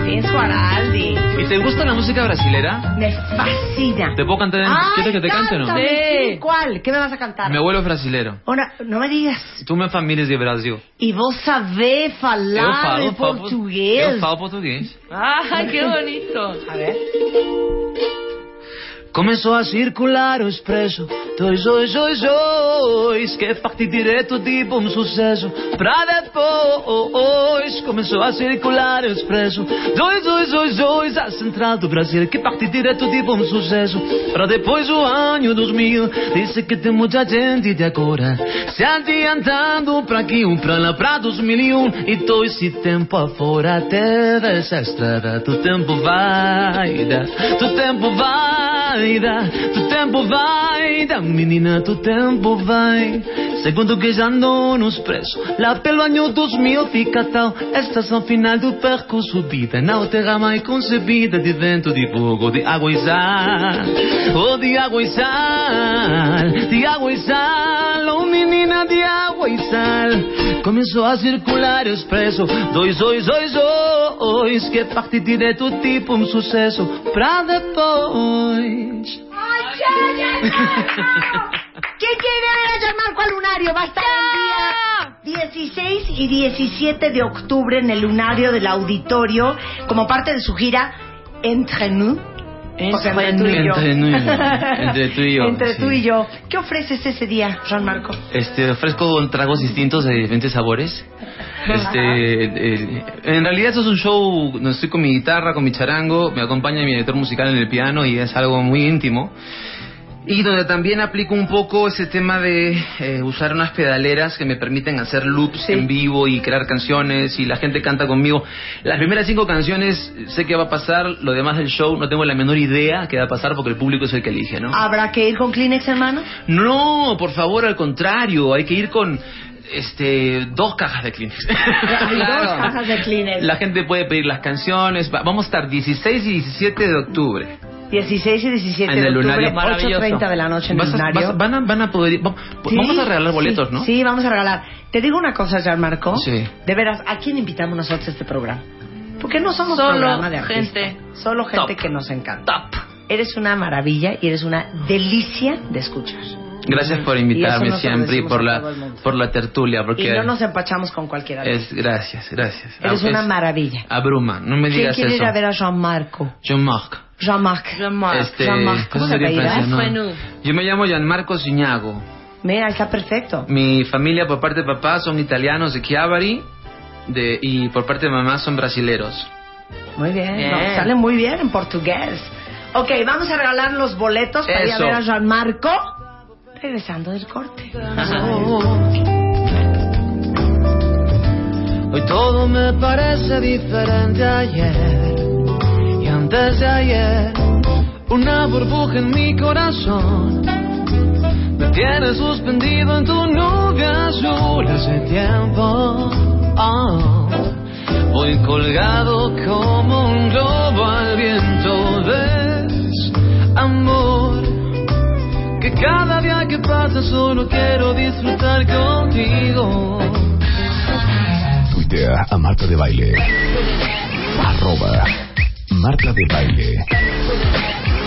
[SPEAKER 1] Es Araldi.
[SPEAKER 4] Ah. ¿Y te gusta la música brasilera?
[SPEAKER 1] Me fascina.
[SPEAKER 4] ¿Te puedo cantar? En...
[SPEAKER 1] Ay,
[SPEAKER 4] ¿Quieres que te cante o no?
[SPEAKER 1] cántame,
[SPEAKER 2] Sí.
[SPEAKER 1] sí, ¿Cuál? ¿Qué me vas a cantar?
[SPEAKER 4] Mi abuelo es brasilero.
[SPEAKER 1] Ahora, no me digas.
[SPEAKER 4] Tú me familias de Brasil.
[SPEAKER 1] Y vos sabés
[SPEAKER 4] Eu
[SPEAKER 1] hablar
[SPEAKER 4] falo,
[SPEAKER 1] de
[SPEAKER 4] falo-
[SPEAKER 1] portugués.
[SPEAKER 4] Eu falo portugués.
[SPEAKER 2] ¡Ay, qué bonito!
[SPEAKER 1] A ver.
[SPEAKER 4] Começou a circular o expresso Dois, dois, dois, dois Que parte direto de bom sucesso Pra depois Começou a circular o expresso Dois, dois, dois, dois A central do Brasil Que parte direto de bom sucesso Pra depois o ano 2000 Disse que tem muita gente de agora Se adiantando pra aqui um Pra lá, pra 2001 E todo esse tempo afora Até dessa estrada Tu tempo vai dar Tu tempo vai vai dar, tu tempo vai dar, menina, tu tempo vai. Segundo que já não nos preços, lá pelo ano 2000 fica tal. Estação final do percurso, vida não terra mais concebida de vento, de fogo, de água e sal. Oh, de água e sal, de água e sal, oh, menina de água e sal. Começou a circular o expresso, dois, dois, dois, dois, que parte direto, tipo um sucesso, pra depois.
[SPEAKER 1] ¿Quién quiere ver a Gianmarco al Lunario? Va a estar el día 16 y 17 de octubre en el Lunario del Auditorio como parte de su gira Entre nous. O sea, entre tú y yo.
[SPEAKER 4] Entre nous, entre tú y yo,
[SPEAKER 1] Entre tú y
[SPEAKER 4] sí.
[SPEAKER 1] yo. ¿Qué ofreces ese día, Gianmarco?
[SPEAKER 4] Este, ofrezco tragos distintos de diferentes sabores. Este, eh, en realidad esto es un show, no estoy con mi guitarra, con mi charango, me acompaña mi director musical en el piano y es algo muy íntimo. Y donde también aplico un poco ese tema de eh, usar unas pedaleras que me permiten hacer loops en vivo y crear canciones y la gente canta conmigo. Las primeras cinco canciones sé que va a pasar, lo demás del show no tengo la menor idea que va a pasar porque el público es el que elige, ¿no?
[SPEAKER 1] ¿Habrá que ir con Kleenex, hermano?
[SPEAKER 4] No, por favor, al contrario, hay que ir con este dos cajas de Kleenex.
[SPEAKER 1] Hay dos cajas de Kleenex.
[SPEAKER 4] La gente puede pedir las canciones. Va- Vamos a estar 16 y 17 de octubre
[SPEAKER 1] 16 y 17
[SPEAKER 4] en
[SPEAKER 1] de
[SPEAKER 4] el
[SPEAKER 1] octubre,
[SPEAKER 4] lunario.
[SPEAKER 1] 8.30 de la noche en el
[SPEAKER 4] Vas a-
[SPEAKER 1] lunario.
[SPEAKER 4] vas- van, a, van a poder. va-
[SPEAKER 1] Sí,
[SPEAKER 4] vamos a regalar boletos,
[SPEAKER 1] sí,
[SPEAKER 4] ¿no?
[SPEAKER 1] Sí, vamos a regalar. Te digo una cosa, Gianmarco.
[SPEAKER 4] Sí.
[SPEAKER 1] De veras, ¿a quién invitamos nosotros a este programa? Porque no somos
[SPEAKER 2] Solo
[SPEAKER 1] programa de
[SPEAKER 2] gente.
[SPEAKER 1] artistas. Solo gente
[SPEAKER 4] Top.
[SPEAKER 1] que nos encanta.
[SPEAKER 4] Top.
[SPEAKER 1] Eres una maravilla y eres una delicia de escuchar.
[SPEAKER 4] Gracias por
[SPEAKER 1] Y
[SPEAKER 4] invitarme
[SPEAKER 1] eso no se lo
[SPEAKER 4] siempre y
[SPEAKER 1] decimos
[SPEAKER 4] por
[SPEAKER 1] a
[SPEAKER 4] la
[SPEAKER 1] todo el mundo.
[SPEAKER 4] por la tertulia, porque
[SPEAKER 1] Y no nos empachamos con cualquiera. de
[SPEAKER 4] es gracias, gracias.
[SPEAKER 1] ellos. Eres
[SPEAKER 4] Ah,
[SPEAKER 1] una
[SPEAKER 4] es-
[SPEAKER 1] maravilla.
[SPEAKER 4] Abruma, no me
[SPEAKER 1] ¿Quién
[SPEAKER 4] digas
[SPEAKER 1] quiere ir a ver
[SPEAKER 4] eso.
[SPEAKER 1] a Jean-Marco?
[SPEAKER 4] Jean-Marc.
[SPEAKER 1] Jean-Marc.
[SPEAKER 2] Jean-Marc.
[SPEAKER 4] Este,
[SPEAKER 1] Ah, Jean-Marc. ¿Cómo
[SPEAKER 4] eso
[SPEAKER 1] se
[SPEAKER 4] sería
[SPEAKER 1] apellida?
[SPEAKER 4] francés, ¿no?
[SPEAKER 2] Bueno.
[SPEAKER 4] Yo me llamo Gianmarco Ciñago.
[SPEAKER 1] Mira, está perfecto.
[SPEAKER 4] Mi familia por parte de papá son italianos de Chiavari de, y por parte de mamá son brasileros.
[SPEAKER 1] Muy bien,
[SPEAKER 2] Bien.
[SPEAKER 1] No, sale muy bien en portugués. Ok, vamos a regalar los boletos para ir a
[SPEAKER 4] Eso.
[SPEAKER 1] ver a Gianmarco. Regresando del corte. Uh,
[SPEAKER 4] Hoy todo me parece diferente a ayer y antes de ayer. Una burbuja en mi corazón me tiene suspendido en tu nube azul hace tiempo. Oh. Voy colgado como un globo al viento. Ves, amor, que cada día que pasa solo quiero disfrutar contigo.
[SPEAKER 6] Tuitea a Marta de Baile. Arroba Marta de Baile.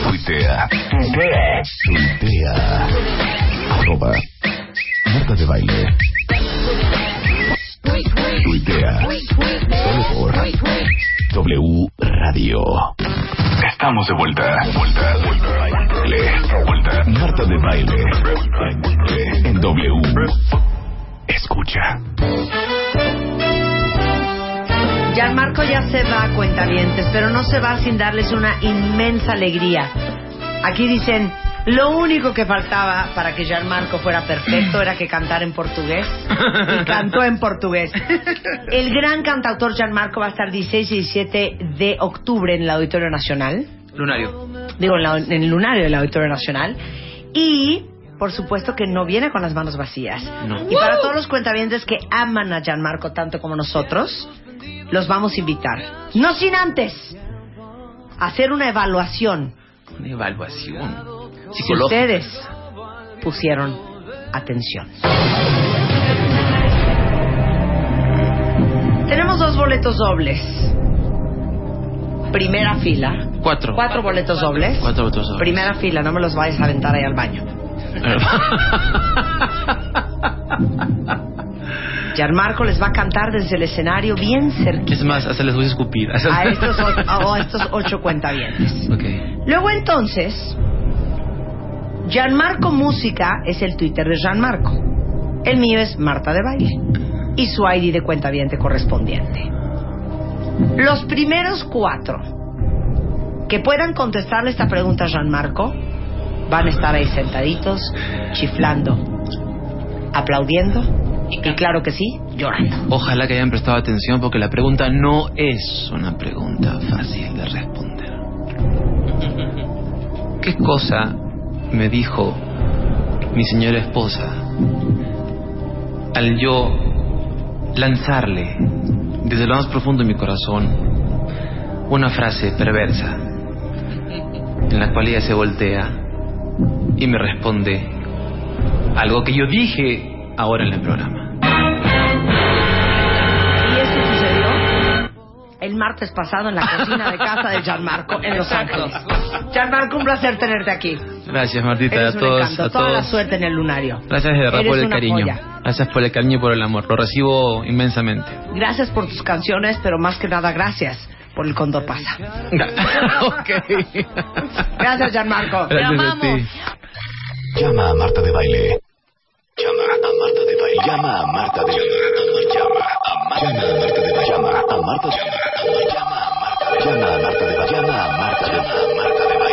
[SPEAKER 6] Tuitea. Tuitea. Tuitea. Arroba Marta de Baile. Tuitea. Solo por W Radio. Estamos de vuelta. Vuelta. Vuelta. Baile. Vuelta. Marta de Baile. En W. Escucha.
[SPEAKER 1] Gianmarco ya se va a cuentavientes, pero no se va sin darles una inmensa alegría. Aquí dicen, lo único que faltaba para que Gianmarco fuera perfecto era que cantara en portugués. Y cantó en portugués. El gran cantautor Gianmarco va a estar 16 y 17 de octubre en el Auditorio Nacional.
[SPEAKER 4] Lunario.
[SPEAKER 1] digo, en, la- en el lunario del Auditorio Nacional. Y, por supuesto, que no viene con las manos vacías.
[SPEAKER 4] No.
[SPEAKER 1] Y para todos los cuentavientes que aman a Gianmarco tanto como nosotros, los vamos a invitar. No sin antes hacer una evaluación.
[SPEAKER 4] Una evaluación
[SPEAKER 1] Si
[SPEAKER 4] psicológica.
[SPEAKER 1] ustedes pusieron atención. Tenemos dos boletos dobles. Primera fila.
[SPEAKER 4] Cuatro.
[SPEAKER 1] Cuatro boletos dobles.
[SPEAKER 4] Cuatro otros hombres.
[SPEAKER 1] Primera fila, no me los vayas a aventar ahí al baño. Gianmarco les va a cantar desde el escenario bien cerquita
[SPEAKER 4] Es más, hasta les voy a escupir.
[SPEAKER 1] a estos, o- a estos ocho cuentavientes.
[SPEAKER 4] Ok.
[SPEAKER 1] Luego entonces, Gianmarco Música es el Twitter de Gianmarco. El mío es Marta de Baile y su ID de cuentaviente correspondiente. Los primeros cuatro que puedan contestarle esta pregunta a Gianmarco van a estar ahí sentaditos, chiflando, aplaudiendo y claro que sí, llorando.
[SPEAKER 4] Ojalá que hayan prestado atención porque la pregunta no es una pregunta fácil de responder. ¿Qué cosa me dijo mi señora esposa al yo lanzarle desde lo más profundo de mi corazón una frase perversa en la cual ella se voltea y me responde algo que yo dije ahora en el programa?
[SPEAKER 1] Y eso sucedió el martes pasado en la cocina de casa de Gianmarco en Los
[SPEAKER 2] Exacto.
[SPEAKER 1] Ángeles. Gianmarco, un placer tenerte aquí.
[SPEAKER 4] Gracias Martita,
[SPEAKER 1] Eres
[SPEAKER 4] a
[SPEAKER 1] un
[SPEAKER 4] todos,
[SPEAKER 1] encanto.
[SPEAKER 4] a
[SPEAKER 1] Toda la
[SPEAKER 4] todos.
[SPEAKER 1] suerte en el lunario.
[SPEAKER 4] Gracias de verdad
[SPEAKER 1] Eres
[SPEAKER 4] por el
[SPEAKER 1] una
[SPEAKER 4] cariño.
[SPEAKER 1] joya.
[SPEAKER 4] Gracias por el cariño y por el amor. Lo recibo inmensamente.
[SPEAKER 1] Gracias por tus canciones, pero más que nada gracias por el Condor Pasa.
[SPEAKER 4] ok.
[SPEAKER 1] Gracias, Gianmarco.
[SPEAKER 4] Gracias a ti.
[SPEAKER 6] Llama a Marta de Baile. Llama a Marta de Baile. Llama a Marta de Baile. Llama a Marta de Baile. Llama a Marta de Baile. Llama a Marta de Baile. Llama a Marta de Baile. Llama a Marta de Baile. Llama a Marta de Baile.